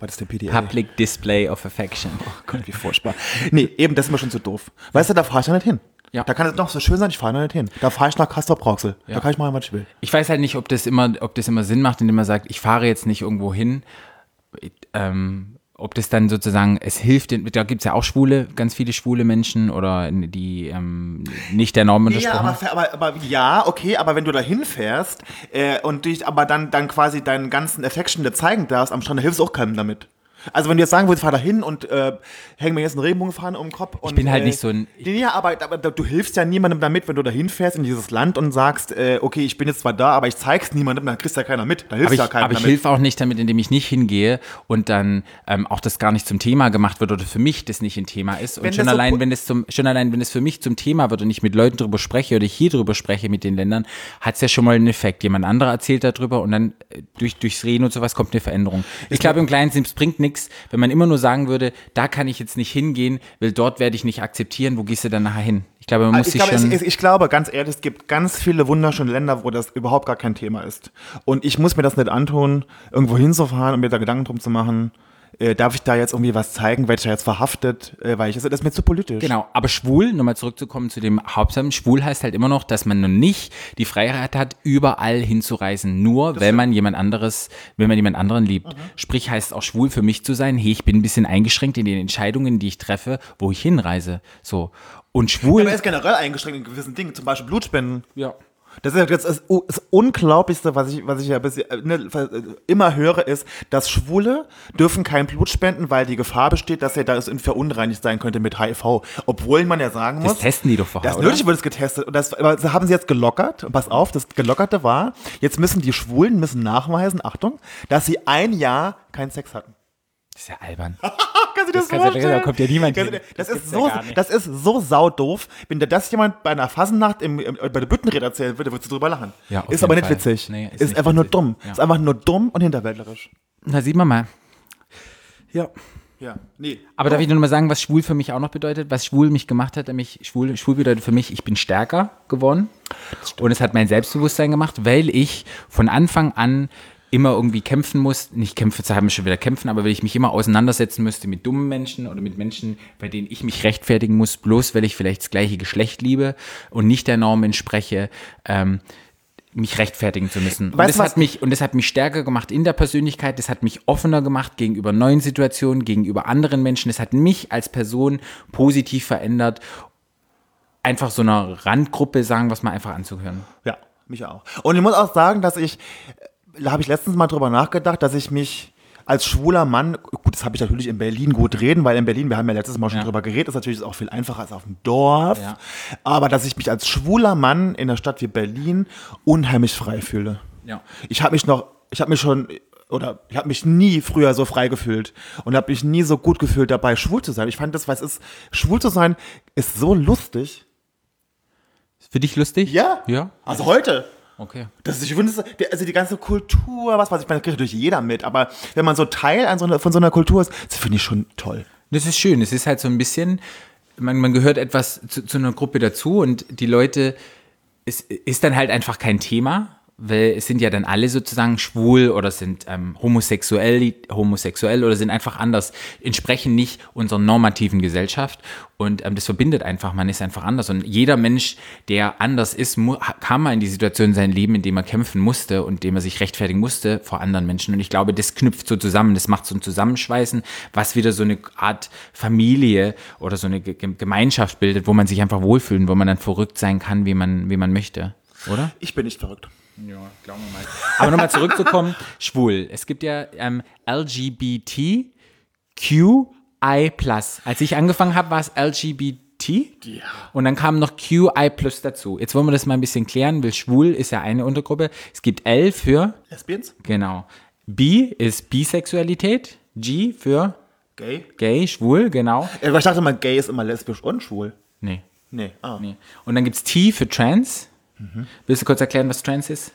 Was ist denn PDA?
Public Display of Affection.
Gott, wie furchtbar. Nee, eben, das ist mir schon zu doof. Weißt du, da fahre ich da nicht hin.
Ja.
Da kann es noch so schön sein, ich fahre da nicht hin. Da fahre ich nach Castor Proxel. Da kann ich machen, was ich will.
Ich weiß halt nicht, ob das immer, ob das immer Sinn macht, indem man sagt, ich fahre jetzt nicht irgendwo hin. Ähm, ob das dann sozusagen, es hilft, den- da gibt es ja auch Schwule, ganz viele schwule Menschen oder die ähm, nicht der Norm
Ja,
untersprochen.
aber, fair- aber, aber ja, okay, aber wenn du da hinfährst äh, und dich aber dann, dann quasi deinen ganzen Affection da zeigen darfst am Strand, da hilfst du auch keinem damit. Also wenn du jetzt sagen würdest, fahr da hin und äh, häng mir jetzt einen Regenbogenfahne um den Kopf. Und, ich
bin halt
äh,
nicht so ein-
Nee, ja, aber, aber du hilfst ja niemandem damit, wenn du da hinfährst in dieses Land und sagst, äh, okay, ich bin jetzt zwar da, aber ich zeig's niemandem, dann kriegst ja keiner mit. Da hilft
aber ich,
ja keiner
aber ich
damit.
hilf auch nicht damit, indem ich nicht hingehe und dann ähm, auch das gar nicht zum Thema gemacht wird oder für mich das nicht ein Thema ist. Und
Wenn
schon
das so
allein,
po-
wenn es zum, schon allein, wenn es für mich zum Thema wird und ich mit Leuten drüber spreche oder ich hier drüber spreche mit den Ländern, hat es ja schon mal einen Effekt. Jemand anderer erzählt darüber und dann äh, durch, durchs Reden und sowas kommt eine Veränderung. Ich glaube, im Kleinen es bringt nichts, wenn man immer nur sagen würde, da kann ich jetzt nicht hingehen, weil dort werde ich nicht akzeptieren, wo gehst du dann nachher hin? Ich glaube, man muss
Ah, ich,
sich
glaube,
schon.
ich, ich, ich glaube, ganz ehrlich, es gibt ganz viele wunderschöne Länder, wo das überhaupt gar kein Thema ist. Und ich muss mir das nicht antun, irgendwo hinzufahren und mir da Gedanken drum zu machen. Äh, darf ich da jetzt irgendwie was zeigen? Werde ich da jetzt verhaftet? Äh, weil ich, das ist mir zu politisch.
Genau, aber schwul, nochmal zurückzukommen zu dem Hauptsamen, schwul heißt halt immer noch, dass man noch nicht die Freiheit hat, überall hinzureisen, nur wenn man jemand anderes, wenn man jemand anderen liebt. Sprich heißt auch schwul für mich zu sein, hey, ich bin ein bisschen eingeschränkt in den Entscheidungen, die ich treffe, wo ich hinreise. So. Und schwul.
Aber er ist generell eingeschränkt in gewissen Dingen, zum Beispiel Blutspenden.
ja.
Das ist ja das, ist das Unglaublichste, was ich, was ich ja bis, äh, ne, immer höre, ist, dass Schwule dürfen kein Blut spenden, weil die Gefahr besteht, dass er da verunreinigt sein könnte mit HIV. Obwohl man ja sagen muss.
Das testen die doch vorher,
Das
oder?
natürlich wurde es getestet. Und das, aber das haben sie jetzt gelockert. Und pass auf, das Gelockerte war, jetzt müssen die Schwulen müssen nachweisen, Achtung, dass sie ein Jahr keinen Sex hatten.
Das ist ja albern.
Kannst du dir das,
kannst du ja direkt-
vorstellen?
da kommt ja niemand
Kannst du
hin.
dir- Das,
Das
ist
gibt's ja
so,
gar nicht.
das ist so saudoof. Wenn dir das jemand bei einer Fassennacht im, im, bei der Büttenrede erzählen würde, würdest du drüber lachen.
Ja, auf
ist aber
jeden
nicht
Fall.
witzig.
Nee, ist
ist
nicht
einfach nur
witzig.
dumm.
Ja.
Ist einfach nur dumm und hinterwäldlerisch.
Na, sieht man mal. Ja.
Ja, nee.
Aber darf ich nur noch mal sagen, was schwul für mich auch noch bedeutet? Was schwul mich gemacht hat, nämlich schwul, schwul bedeutet für mich, ich bin stärker geworden. Und es hat mein Selbstbewusstsein gemacht, weil ich von Anfang an immer irgendwie kämpfen muss, nicht Kämpfe zu haben, schon wieder kämpfen, aber weil ich mich immer auseinandersetzen müsste mit dummen Menschen oder mit Menschen, bei denen ich mich rechtfertigen muss, bloß weil ich vielleicht das gleiche Geschlecht liebe und nicht der Norm entspreche, ähm, mich rechtfertigen zu müssen. Und
Weißt du,
das hat
was-
mich und das hat mich stärker gemacht in der Persönlichkeit, das hat mich offener gemacht gegenüber neuen Situationen, gegenüber anderen Menschen, das hat mich als Person positiv verändert. Einfach so einer Randgruppe sagen, was mal einfach anzuhören.
Ja, mich auch. Und ich muss auch sagen, dass ich, äh, da habe ich letztens mal drüber nachgedacht, dass ich mich als schwuler Mann, gut, das habe ich natürlich in Berlin gut reden, weil in Berlin, wir haben ja letztes Mal schon
Ja.
drüber geredet, ist natürlich auch viel einfacher als auf dem Dorf.
Ja.
Aber dass ich mich als schwuler Mann in einer Stadt wie Berlin unheimlich frei fühle.
Ja.
Ich habe mich noch, ich habe mich schon oder ich habe mich nie früher so frei gefühlt und habe mich nie so gut gefühlt dabei schwul zu sein. Ich fand das, was ist schwul zu sein, ist so lustig.
Ist für dich lustig?
Ja.
Ja.
Also heute.
Okay.
Das ist, ich finde, das ist- also die ganze Kultur, was weiß ich, meine, kriegt natürlich jeder mit, aber wenn man so Teil an so einer, von so einer Kultur ist, das finde ich schon toll.
Das ist schön. Es ist halt so ein bisschen, man, man gehört etwas zu, zu einer Gruppe dazu und die Leute, es ist dann halt einfach kein Thema, weil es sind ja dann alle sozusagen schwul oder sind ähm, homosexuell, homosexuell oder sind einfach anders, entsprechen nicht unserer normativen Gesellschaft und ähm, das verbindet einfach, man ist einfach anders und jeder Mensch, der anders ist, mu- ha- kam mal in die Situation in seinem Leben, in dem er kämpfen musste und dem er sich rechtfertigen musste vor anderen Menschen und ich glaube, das knüpft so zusammen, das macht so ein Zusammenschweißen, was wieder so eine Art Familie oder so eine Ge Ge- Gemeinschaft bildet, wo man sich einfach wohlfühlt, wo man dann verrückt sein kann, wie man, wie man möchte, oder?
Ich bin nicht verrückt.
Ja, glauben wir mal. Aber nochmal zurückzukommen, schwul. Es gibt ja ähm, LGBTQI+. Als ich angefangen habe, war es LGBT. Und dann kam noch QI plus dazu. Jetzt wollen wir das mal ein bisschen klären, weil schwul ist ja eine Untergruppe. Es gibt L für,
Lesbians?
genau. B ist Bisexualität. G für
Gay?
gay, schwul, genau.
Aber ich dachte mal, gay ist immer lesbisch und schwul.
Nee.
Nee, ah.
nee. Und dann gibt es T für trans. Willst du kurz erklären, was trans ist?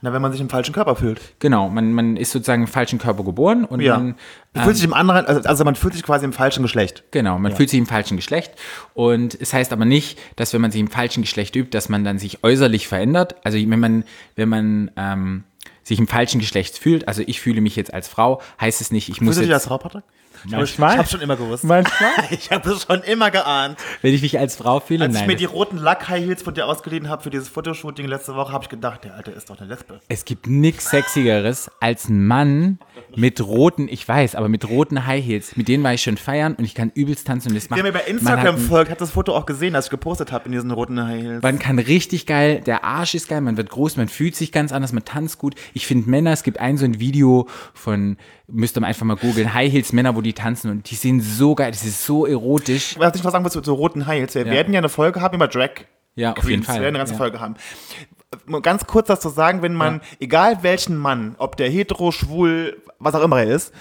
Na, wenn man sich im falschen Körper fühlt.
Genau, man, man ist sozusagen im falschen Körper geboren und
Ja.
man,
Man fühlt sich im anderen, also, also man fühlt sich quasi im falschen Geschlecht.
genau, man fühlt sich im falschen Geschlecht. Und es heißt aber nicht, dass wenn man sich im falschen Geschlecht übt, dass man dann sich äußerlich verändert. Also wenn man, wenn man ähm, sich im falschen Geschlecht fühlt, also ich fühle mich jetzt als Frau, heißt es nicht, ich muss
Fühlst du dich
jetzt,
als Frau, Patrick? Ich
Manchmal.
habe hab's schon immer gewusst.
Manchmal.
Ich habe es schon immer geahnt.
wenn ich mich als Frau fühle,
Als ich mir
nein.
die roten Lack-High Heels von dir ausgeliehen habe für dieses Fotoshooting letzte Woche, habe ich gedacht, der Alte ist doch eine Lesbe.
Es gibt nichts Sexigeres als ein Mann mit roten, ich weiß, aber mit roten High Heels. Mit denen war ich schon feiern und ich kann übelst tanzen und das macht.
Wer mir bei
man hat
Instagram
einen-
folgt, hat das Foto auch gesehen, das ich gepostet habe in diesen roten High Heels.
Man kann richtig geil, der Arsch ist geil, man wird groß, man fühlt sich ganz anders, man tanzt gut. Ich finde Männer, es gibt ein so ein Video von, müsst ihr mal einfach mal googeln, High Heels Männer, wo die tanzen und die sehen so geil, das ist so erotisch.
was ich noch sagen wollte zu, zu roten Heils. Wir
Ja.
werden ja eine Folge haben über Drag.
Ja, auf jeden Fall.
Wir werden eine ganze
Ja.
Folge haben. Nur Ganz kurz das zu sagen, wenn man, egal welchen Mann, ob der hetero, schwul, was auch immer er ist,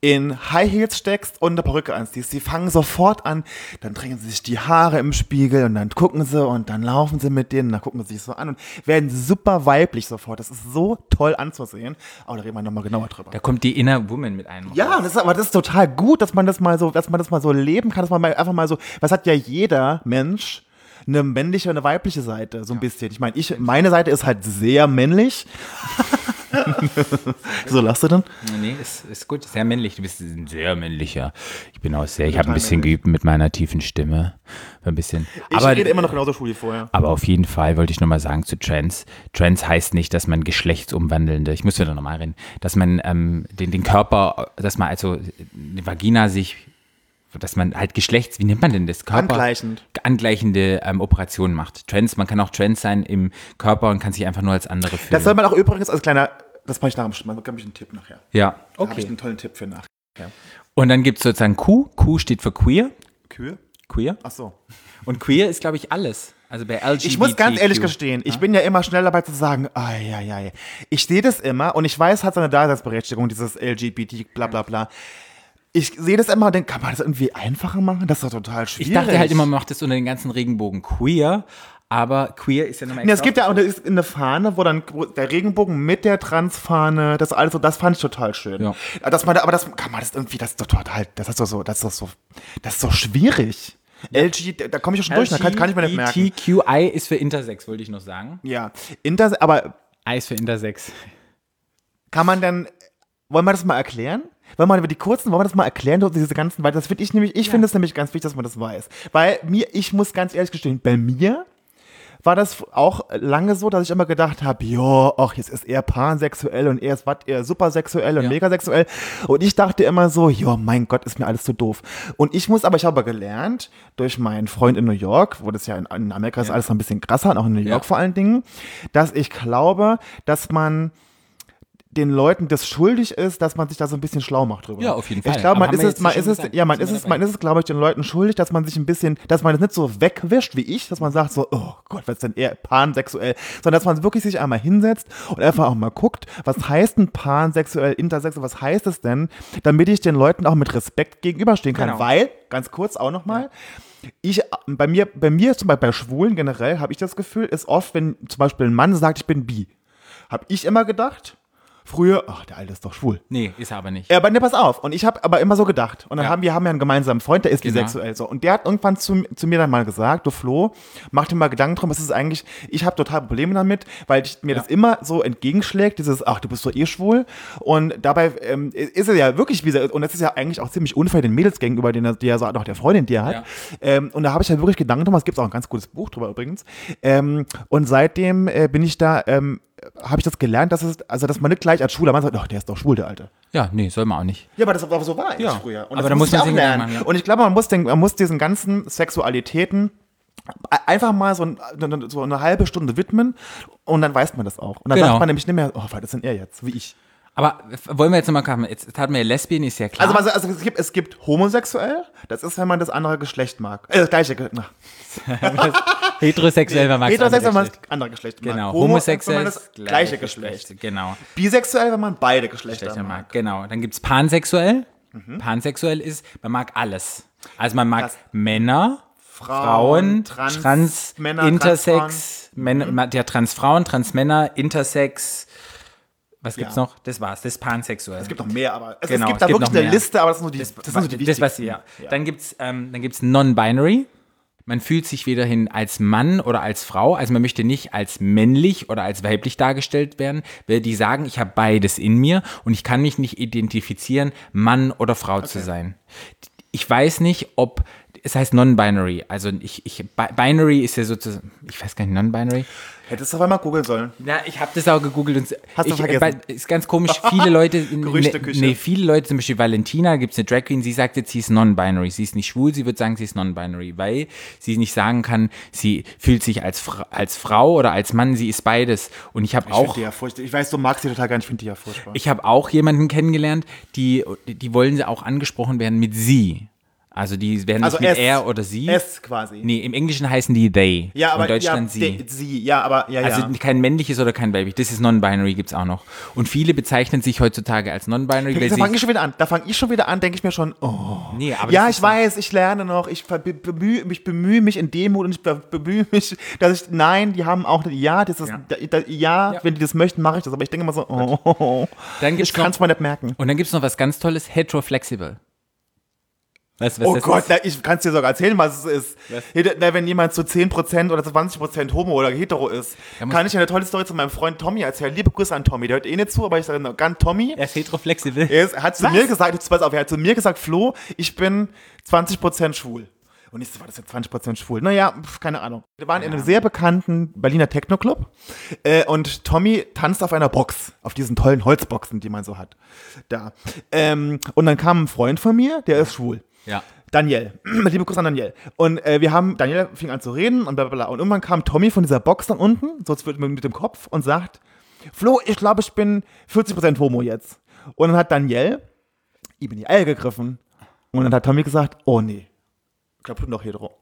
in High Heels steckst und eine Perücke anziehst, die fangen sofort an, dann drehen sie sich die Haare im Spiegel und dann gucken sie und dann laufen sie mit denen, und dann gucken sie sich so an und werden super weiblich sofort. Das ist so toll anzusehen. Aber da reden wir nochmal genauer drüber.
Da kommt die Inner Woman mit einem.
Ja, das ist, aber das ist total gut, dass man das mal so, dass man das mal so leben kann, dass man mal einfach mal so, was hat ja jeder Mensch eine männliche und eine weibliche Seite, so ein bisschen. Ich meine, ich, meine Seite ist halt sehr männlich. so lachst du denn?
Nee, ist, ist gut, sehr männlich, du bist ein sehr männlicher. Ich bin auch sehr, ich habe ein
Total
bisschen
männlich.
geübt mit meiner tiefen Stimme. Ein bisschen.
Ich
Aber,
rede immer noch genauso schwul wie vorher.
aber auf jeden Fall wollte ich nochmal sagen zu Trans. Trans heißt nicht, dass man geschlechtsumwandelnde, ich muss wieder nochmal reden, dass man ähm, den, den Körper, dass man also eine Vagina sich, dass man halt Geschlechts, wie nennt man denn das? Körper,
Angleichend.
Angleichende ähm, Operationen macht. Trans, man kann auch trans sein im Körper und kann sich einfach nur als andere fühlen.
Das soll man auch übrigens als kleiner, das mache ich nach dem Schluss, da habe ich einen Tipp nachher.
ja,
Da habe ich einen tollen Tipp für nach.
Und dann gibt es sozusagen Q. Q steht für queer.
Kühe?
Queer.
Ach so.
Und queer ist, glaube ich, alles. Also bei LGBTQ.
Ich muss ganz ehrlich gestehen, ich bin ja immer schnell dabei zu sagen, ai, ai, ai. ich sehe das immer und ich weiß, hat seine Daseinsberechtigung, dieses LGBT, bla bla bla. Ich sehe das immer und denke,
halt
kann man das irgendwie einfacher machen? Das ist doch total schwierig.
Ich dachte halt immer, man macht das unter den ganzen Regenbogen queer. Aber queer ist ja nochmal
Nee, es gibt ja auch eine, eine Fahne, wo dann wo der Regenbogen mit der Transfahne, das alles so, das fand ich total schön.
Ja.
Dass man, da- aber das kann man das irgendwie, das ist doch total, das ist doch so, das ist doch so, das ist doch schwierig. LG, da- da komme ich doch schon durch, da kann, kann ich mir nicht merken.
LGBTQI ist für Intersex, wollte ich noch sagen.
Ja, Inter, aber
I ist für Intersex.
kann man dann, wollen wir das mal erklären? Wollen wir über die kurzen, wollen wir das mal erklären, so diese ganzen, weil das finde ich nämlich, ich finde es nämlich ganz wichtig, dass man das weiß. Weil mir, ich muss ganz ehrlich gestehen, bei mir war das auch lange so, dass ich immer gedacht habe, jo, ach, jetzt ist er pansexuell und er ist was, er supersexuell und
Ja.
megasexuell. Und ich dachte immer so, jo, mein Gott, ist mir alles zu doof. Und ich muss aber, ich habe aber gelernt, durch meinen Freund in New York, wo das ja in, in Amerika ist alles noch ein bisschen krasser und auch in New York vor allen Dingen, dass ich glaube, dass man den Leuten das schuldig ist, dass man sich da so ein bisschen schlau macht drüber.
Ja, auf jeden
Ich
Fall.
glaube,
Aber
man
haben
ist
wir
es,
jetzt
man
schon
ist es,
gesagt.
ja, man
Sind
ist
wir
es,
dabei.
man ist es, glaube ich, den Leuten schuldig, dass man sich ein bisschen, dass man es nicht so wegwischt wie ich, dass man sagt so, oh Gott, was ist denn eher pansexuell, sondern dass man wirklich sich einmal hinsetzt und einfach auch mal guckt, was heißt denn pansexuell, intersexuell, was heißt es denn, damit ich den Leuten auch mit Respekt gegenüberstehen kann,
Genau.
weil, ganz kurz auch nochmal, ich, bei mir, bei mir zum Beispiel bei Schwulen generell, habe ich das Gefühl, ist oft, wenn zum Beispiel ein Mann sagt, ich bin bi, habe ich immer gedacht, früher, ach, der Alte ist doch schwul.
Nee, ist er aber nicht.
Ja, aber ne, pass auf. Und ich habe aber immer so gedacht. Und dann
Ja.
haben wir haben ja einen gemeinsamen Freund, der ist
Genau.
bisexuell so. Und der hat irgendwann zu, zu mir dann mal gesagt, du Flo, mach dir mal Gedanken drum, es ist eigentlich, ich habe total Probleme damit, weil ich, mir
Ja.
das immer so entgegenschlägt, dieses, ach, du bist doch eh schwul. Und dabei ähm, ist er ja wirklich, wie und das ist ja eigentlich auch ziemlich unfair den Mädels gegenüber, den er, die er so hat, auch der Freundin, die er hat.
Ja.
Ähm, und da habe ich ja wirklich Gedanken drum, es gibt auch ein ganz gutes Buch drüber übrigens. Ähm, und seitdem äh, bin ich da, ähm, habe ich das gelernt, dass es, also dass man nicht gleich als schwuler Mann sagt, ach, der ist doch schwul, der Alter.
Ja, nee, soll man auch nicht.
Ja, aber das war so war eigentlich
Ja.
früher.
Aber
das
da
musste
muss man
ich
sich
auch
Gedanken
lernen.
machen, ja.
Und ich glaube, man muss, den, man muss diesen ganzen Sexualitäten e- einfach mal so, ein, so eine halbe Stunde widmen und dann weiß man das auch. Und dann
Genau.
sagt man nämlich nicht mehr, oh, was ist denn er jetzt, wie ich.
Aber f- wollen wir jetzt nochmal kommen? Jetzt hatten wir ja Lesbien, ist ja klar.
Also, also, also es, gibt, es gibt homosexuell, das ist, wenn man das andere Geschlecht mag. Äh, das gleiche Geschlecht.
heterosexuell, wenn man
Heterosexuell, wenn man das andere Geschlecht mag.
Genau,
Homo,
homosexuell.
wenn man das gleiche Geschlecht.
Genau.
Bisexuell, wenn man beide Geschlechter,
Geschlechter
mag. Mhm.
mag. Genau. Dann gibt es pansexuell. Pansexuell ist, man mag alles. Also man mag
Das-
Männer, Frauen,
Frauen,
Trans,
Trans- Männer, Mhm.
Intersex, Männer, ma- ja, Transfrauen, Transmänner, Intersex. Was gibt's
Ja.
noch? Das war's, das ist pansexuell.
Es gibt noch mehr, aber es,
Genau,
es gibt
es
da
gibt noch
wirklich eine
mehr.
Liste, aber das sind nur die, das, sind nur die
das, was,
wichtigsten.
ja. Dann gibt es ähm, dann gibt's Non-Binary. Man fühlt sich weder hin als Mann oder als Frau, also man möchte nicht als männlich oder als weiblich dargestellt werden, weil die sagen, ich habe beides in mir und ich kann mich nicht identifizieren, Mann oder Frau zu sein. Ich weiß nicht, ob es heißt Non-Binary, also ich, ich Bi- Binary ist ja sozusagen, ich weiß gar nicht, Non-Binary.
Hättest du aber mal googeln sollen.
Na, ich habe das auch gegoogelt und
Hast du
ich,
vergessen?
bei- Ist ganz komisch. Viele Leute,
Gerüchteküche.
ne, nee, viele Leute, zum Beispiel Valentina, gibt's eine Drag Queen, sie sagt jetzt, sie ist non-binary. Sie ist nicht schwul, sie wird sagen, sie ist non-binary, weil sie nicht sagen kann, sie fühlt sich als, Fra als Frau oder als Mann, sie ist beides. Und ich habe
Ich finde
auch
die ja furchtbar. Ich weiß, du magst die total gar nicht, ich finde die ja furchtbar.
ich habe auch jemanden kennengelernt, die, die wollen sie auch angesprochen werden mit sie. Also die werden
Also
nicht
es.
mit er oder sie.
S quasi.
Nee, im Englischen heißen die they.
Ja, aber
in Deutschland
ja,
sie.
de- sie. Ja, aber ja,
Also
ja.
kein männliches oder kein weiblich. Das ist non-binary, gibt's auch noch. Und viele bezeichnen sich heutzutage als non-binary, weil
Da fange
sie.
ich schon wieder an. Da fange ich schon wieder an, denke ich mir schon, oh.
Nee, aber
ja,
das
ich
ist-
weiß, ich lerne noch, ich ver- be- bemühe, ich bemühe mich in Demut und ich be- bemühe mich, dass ich, nein, die haben auch, ja, das ist,
Ja.
da, da, ja,
Ja.
wenn die das möchten, mache ich das, aber ich denke immer so, oh,
Dann gibt's
ich kann es
noch-
mal nicht merken.
Und dann gibt's noch was ganz Tolles, heteroflexible. Weißt du, was
Oh
das
Gott,
ist?
na, ich kann es dir sogar erzählen, was es ist.
Was?
Hete- Na, wenn jemand zu 10% oder zu 20% Homo oder Hetero ist,
muss-
kann ich eine tolle Story zu meinem Freund Tommy erzählen. Liebe Grüße an Tommy, der hört eh nicht zu, aber ich sage noch, ganz Tommy.
Er ist heteroflexible.
Er ist, hat zu mir gesagt, jetzt pass auf, er hat zu mir gesagt, Flo, ich bin 20% schwul. Und ich so, war das jetzt 20% schwul? Naja, pf, keine Ahnung. Wir waren in
Ah.
einem sehr bekannten Berliner Techno-Club äh, und Tommy tanzt auf einer Box, auf diesen tollen Holzboxen, die man so hat. Da. Ähm, und dann kam ein Freund von mir, der ist schwul.
Ja.
Daniel, liebe Grüße an Daniel. Und äh, wir haben, Daniel fing an zu reden und bla bla bla. Und irgendwann kam Tommy von dieser Box dann unten, so mit, mit dem Kopf und sagt, Flo, ich glaube, ich bin 40% Homo jetzt. Und dann hat Daniel ihm in die Eier gegriffen. Und dann hat Tommy gesagt, oh nee, ich glaube, du bist noch hetero.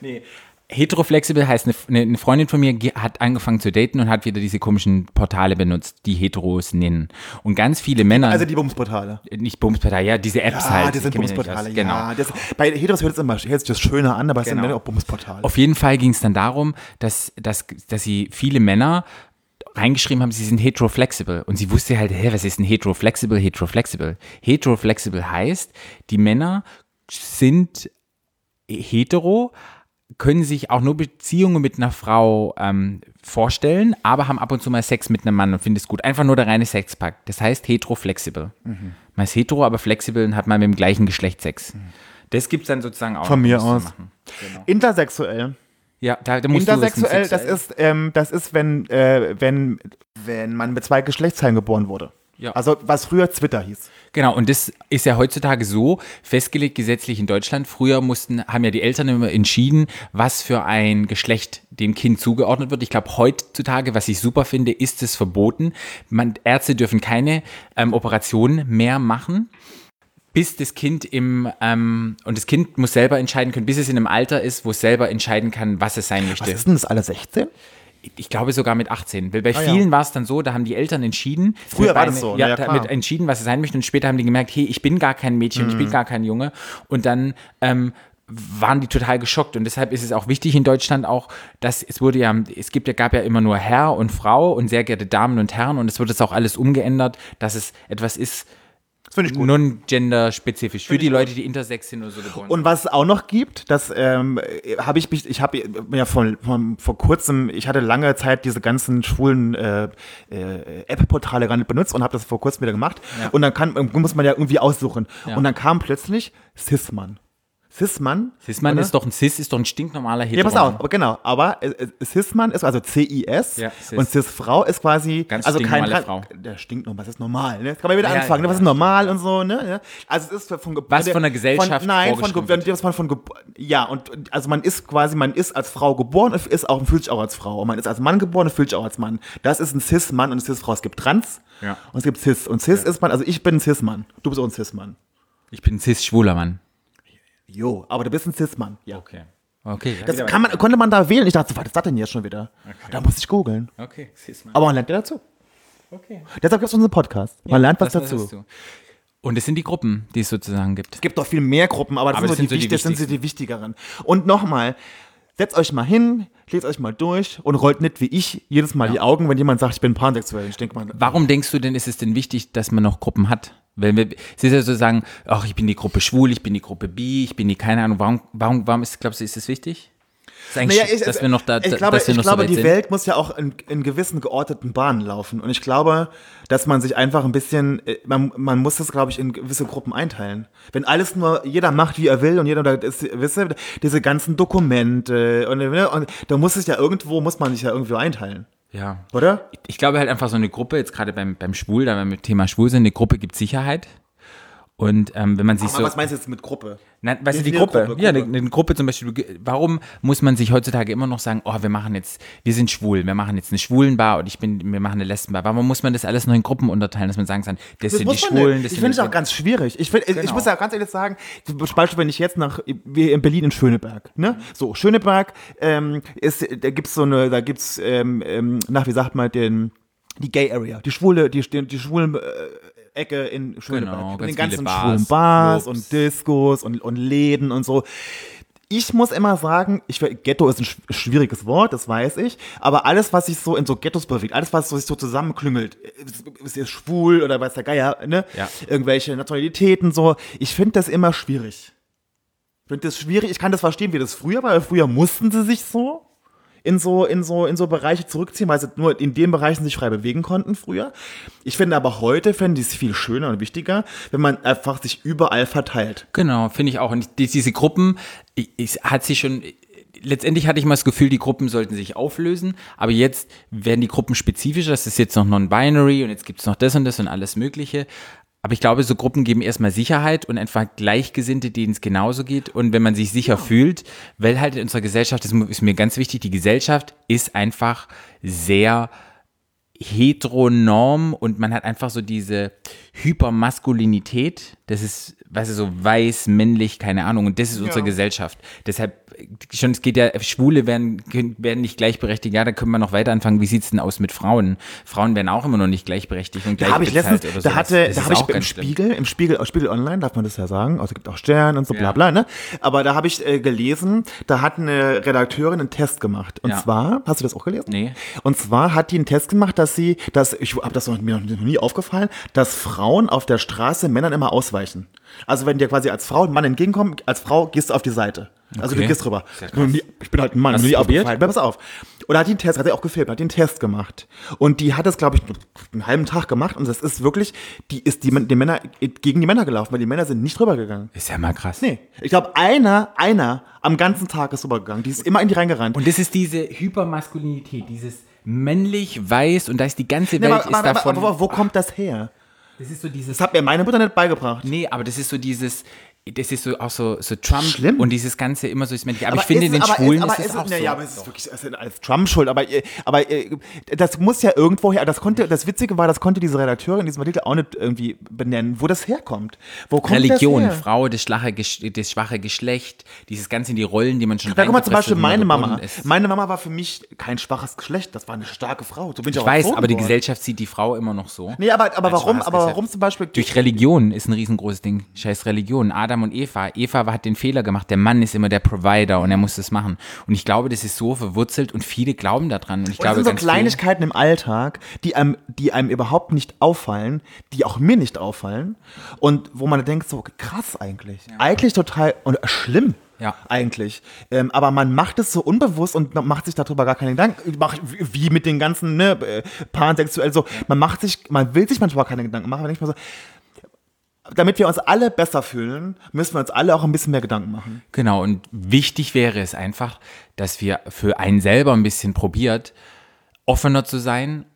Nee. Heteroflexible heißt, eine, eine- eine Freundin von mir ge- hat angefangen zu daten und hat wieder diese komischen Portale benutzt, die Heteros nennen. Und ganz viele Männer,
Also die Bumsportale.
nicht Bumsportale, ja, diese Apps halt.
Ah, die
Ich
sind
kenn mich nicht
Bumsportale,
aus.
genau. ja. Das, bei Heteros hört es immer hört sich das schöner an, aber es
Genau.
sind dann auch Bumsportale.
Auf jeden Fall ging es dann darum, dass, dass, dass sie viele Männer reingeschrieben haben, sie sind heteroflexible. Und sie wusste halt, hä, was ist ein heteroflexible, heteroflexible? Heteroflexible heißt, die Männer sind hetero, können sich auch nur Beziehungen mit einer Frau ähm, vorstellen, aber haben ab und zu mal Sex mit einem Mann und finden es gut. Einfach nur der reine Sexpakt. Das heißt heteroflexible.
Mhm.
Man ist hetero, aber flexibel und hat mal mit dem gleichen Geschlecht Sex. Das gibt es dann sozusagen auch.
Von
noch um
mir
zu
aus.
machen.
Intersexuell.
Ja, da, da musst
Intersexuell,
du
das ist, ähm, das ist, wenn, äh, wenn, wenn man mit zwei Geschlechtsteilen geboren wurde.
Ja.
Also was früher Twitter hieß.
Genau, und das ist ja heutzutage so festgelegt gesetzlich in Deutschland. Früher mussten, haben ja die Eltern immer entschieden, was für ein Geschlecht dem Kind zugeordnet wird. Ich glaube, heutzutage, was ich super finde, ist es verboten. Man, Ärzte dürfen keine ähm, Operationen mehr machen. Bis das Kind im, ähm, und das Kind muss selber entscheiden können, bis es in einem Alter ist, wo es selber entscheiden kann, was es sein möchte
Was ist denn das alle 16?
ich glaube sogar mit 18. Weil bei
Ah, ja.
vielen war es dann so, da haben die Eltern entschieden.
Früher war das
Eine-
so,
Ja,
na ja,
da-
klar.
mit entschieden, was sie sein möchten. Und später haben die gemerkt, hey, ich bin gar kein Mädchen,
Mhm.
ich bin gar kein Junge. Und dann ähm, waren die total geschockt. Und deshalb ist es auch wichtig in Deutschland auch, dass es wurde ja, es gibt ja, gab ja immer nur Herr und Frau und sehr geehrte Damen und Herren. Und es wird jetzt auch alles umgeändert, dass es etwas ist,
Das finde ich gut.
non-gender-spezifisch. Für die Leute, die intersex sind oder so geboren
Und was es auch noch gibt, das ähm, habe ich mich, ich habe ja vor, vor, vor kurzem, ich hatte lange Zeit diese ganzen schwulen äh, äh, App-Portale gar nicht benutzt und habe das vor kurzem wieder gemacht. Und dann kann, muss man ja irgendwie aussuchen. Und dann kam plötzlich Sisman. Sisman.
Cis-Mann
oder?
ist doch ein Cis, ist doch ein stinknormaler Hetero.
Ja, pass auf, aber genau. Aber äh, äh, Cis-Mann ist also C-I-S
Ja, Cis.
und Cis-Frau ist quasi.
Ganz
also kein
stinknormale
Tra-
Frau.
Der stinkt noch, was ist normal, ne? Das kann man wieder
Ja,
anfangen, ne?
ja,
was ist normal und so, ne? Ja. Also es ist von Geburt.
Was von der Gesellschaft
Von, nein, von
vorgeschrieben
Geburt. Was man von Geburt. Ja, und und also man ist quasi, man ist als Frau geboren und ist auch, fühlt sich auch als Frau. Und man ist als Mann geboren und fühlt sich auch als Mann. Das ist ein Cis-Mann und eine Cis-Frau. Es gibt Trans
Ja.
und es gibt Cis. Und Cis ist man, also ich bin ein Cis-Mann. Du bist auch ein Cis-Mann.
Ich bin ein Cis-schwuler Mann.
Jo, aber du bist ein Cis-Mann. Ja.
Okay. Okay. ja.
Das kann man, konnte man da wählen. Ich dachte, so, was ist das denn jetzt schon wieder? Da musste ich googeln.
Okay, Cis-Mann.
Aber man lernt ja dazu.
Okay.
Deshalb gibt es unseren Podcast. Man lernt was dazu. Es
Und es sind die Gruppen, die es sozusagen gibt.
gibt doch viel mehr Gruppen, aber das,
Aber
sind, so die, wichtig- das sind so die wichtigeren. Und nochmal, setzt euch mal hin, lest euch mal durch und rollt nicht wie ich jedes Mal die Augen, wenn jemand sagt, ich bin pansexuell. Ich denke mal,
Warum denkst du denn, ist es denn wichtig, dass man noch Gruppen hat? Weil wir, es ist ja sozusagen, ach, ich bin die Gruppe schwul, ich bin die Gruppe bi, ich bin die keine Ahnung, warum, warum, warum ist, glaubst du, ist es wichtig? Ist eigentlich,
Naja, ich-
dass wir noch da,
ich glaube,
dass wir
ich
noch so
glaube
weit
die
sind.
Welt muss ja auch in, in gewissen geordneten Bahnen laufen. Und ich glaube, dass man sich einfach ein bisschen, äh, man, man muss das, glaube ich, in gewisse Gruppen einteilen. Wenn alles nur, jeder macht, wie er will und jeder, da ist, wisst ihr, diese ganzen Dokumente und, ne, und da muss es ja irgendwo, muss man sich ja irgendwie einteilen,
ja.
oder?
Ich glaube halt einfach so eine Gruppe, jetzt gerade beim, beim Schwul, da wir mit Thema Schwul sind, eine Gruppe gibt Sicherheit. Und ähm, wenn man sich
Aber
so.
was meinst du jetzt mit Gruppe?
Nein, weißt du, die
Definier
Gruppe.
Gruppe,
Ja, eine,
Gruppe.
eine Gruppe zum Beispiel. du- Warum muss man sich heutzutage immer noch sagen, oh, wir machen jetzt, wir sind schwul, wir machen jetzt eine Schwulenbar und ich bin, wir machen eine Lesbenbar. Warum muss man das alles noch in Gruppen unterteilen, dass man sagen kann, das, sind die
muss man
Schwulen,
nicht.
das
Ich
sind
finde
die
es auch ganz schwierig. Ich, find, ich
Genau.
muss ja ganz ehrlich sagen, zum Beispiel, wenn ich jetzt nach, wir in Berlin in Schöneberg, ne? So, Schöneberg, ähm, ist, da gibt's so eine, da gibt's, ähm, ähm, nach, wie sagt man, den, die Gay Area, die schwule, die, die, die schwulen, äh, Ecke in Schöneberg.
Genau,
Mit
ganz
den ganzen
viele Bars,
schwulen Bars
Clubs.
und Discos und, und Läden und so. Ich muss immer sagen, ich, Ghetto ist ein sch- schwieriges Wort, das weiß ich, aber alles, was sich so in so Ghettos bewegt, alles, was so sich so zusammenklüngelt, ist, ist jetzt schwul oder weiß der Geier, ne?
Ja.
Irgendwelche Nationalitäten, so. Ich finde das immer schwierig. Ich finde das schwierig, ich kann das verstehen, wie das früher war, weil früher mussten sie sich so in so, in so, in so Bereiche zurückziehen, weil sie nur in den Bereichen sich frei bewegen konnten früher. Ich finde aber heute, fände ich es viel schöner und wichtiger, wenn man einfach sich überall verteilt.
Genau, finde ich auch. Und die- diese Gruppen, ich, ich, hat sie schon. Letztendlich hatte ich mal das Gefühl, die Gruppen sollten sich auflösen, aber jetzt werden die Gruppen spezifischer. Das ist jetzt noch non-binary und jetzt gibt es noch das und das und alles Mögliche. Aber ich glaube, so Gruppen geben erstmal Sicherheit und einfach Gleichgesinnte, denen es genauso geht. Und wenn man sich sicher fühlt, weil halt in unserer Gesellschaft, das ist mir ganz wichtig, die Gesellschaft ist einfach sehr heteronorm und man hat einfach so diese Hypermaskulinität Das ist, weißt du, so weiß, männlich, keine Ahnung. Und das ist unsere
Ja.
Gesellschaft. Deshalb, äh, schon, es geht ja, Schwule werden, können- werden nicht gleichberechtigt. Ja, da können wir noch weiter anfangen. Wie sieht's denn aus mit Frauen? Frauen werden auch immer noch nicht gleichberechtigt und
Da habe ich letztens,
gleichbezahlt oder
da
sowas.
hatte,
Das
da
ist
habe ich
auch
im
ganz schlimm.
Spiegel, im Spiegel, aus Spiegel Online, darf man das ja sagen, also es gibt auch Stern und so bla
Ja.
bla, ne? Aber da habe ich äh, gelesen, da hat eine Redakteurin einen Test gemacht. Und
Ja.
zwar, hast du das auch gelesen?
Nee.
Und zwar hat die einen Test gemacht, dass sie, dass, ich habe das noch, mir noch nie aufgefallen, dass Frauen auf der Straße Männern immer ausweichen. Also wenn dir quasi als Frau ein Mann entgegenkommt, als Frau gehst du auf die Seite. Also
Okay.
du gehst rüber.
Sehr krass.
Nur nie- Ich bin halt ein Mann,
Hast
mir nie
du's probiert?
aufgefallen. Pass auf. Und hat den Test, hat er auch gefilmt, hat den Test gemacht. Und die hat das, glaube ich, einen halben Tag gemacht. Und das ist wirklich, die ist die, die Männer, gegen die Männer gelaufen, weil die Männer sind nicht rübergegangen.
Ist ja mal krass.
Nee. Ich glaube, einer, einer am ganzen Tag ist rübergegangen. Die ist immer in die reingerannt.
Und das ist diese Hypermaskulinität, dieses männlich, weiß und da ist die ganze
Nee,
Welt
aber,
ist
aber, aber,
davon.
aber wo kommt das her?
das ist so dieses.
Das hat mir meine Mutter nicht beigebracht.
Nee, aber das ist so dieses. Das ist so auch so, so Trump
Schlimm.
und dieses Ganze immer so ist männlich. Aber, ich finde,
ist-
den
aber-
Schwulen
aber
ist es auch
ja,
so.
Ja, aber es ist wirklich es ist alles Trump schuld. Aber, äh, aber äh, das muss ja irgendwo her. Das, konnte, das Witzige war, das konnte diese Redakteurin in diesem Artikel auch nicht irgendwie benennen, wo das herkommt. Wo kommt
Religion,
das her?
Frau, das schwache, Gesch- das schwache Geschlecht, dieses Ganze in die Rollen, die man schon
Da guck mal zum
reingepresst
Beispiel
hat, wo man
meine Mama.
geboren ist.
Meine Mama war für mich kein schwaches Geschlecht. Das war eine starke Frau. So bin ich,
Ich
auch
weiß,
erzogen
aber die
worden.
Gesellschaft sieht die Frau immer noch so.
Nee, aber, aber
Als
warum?
schwaches
Aber
Geschlecht.
warum zum Beispiel?
Durch Religion ist ein riesengroßes Ding. Scheiß Religion. Adam und Eva. Eva hat den Fehler gemacht. Der Mann ist immer der Provider und er muss das machen. Und ich glaube, das ist so verwurzelt und viele glauben daran. Und ich
Und das
glaube,
sind so
ganz viele,
Kleinigkeiten im Alltag, die einem, die einem überhaupt nicht auffallen, die auch mir nicht auffallen und wo man denkt, so krass eigentlich. Eigentlich total und schlimm.
Ja.
Eigentlich. Ähm, aber man macht es so unbewusst und macht sich darüber gar keine Gedanken. Macht, wie mit den ganzen ne, äh, pansexuell so. Man macht sich, man will sich manchmal keine Gedanken machen, aber denkt man so, damit wir uns alle besser fühlen, müssen wir uns alle auch ein bisschen mehr Gedanken machen.
genau. Und wichtig wäre es einfach, dass wir für einen selber ein bisschen probiert, offener zu sein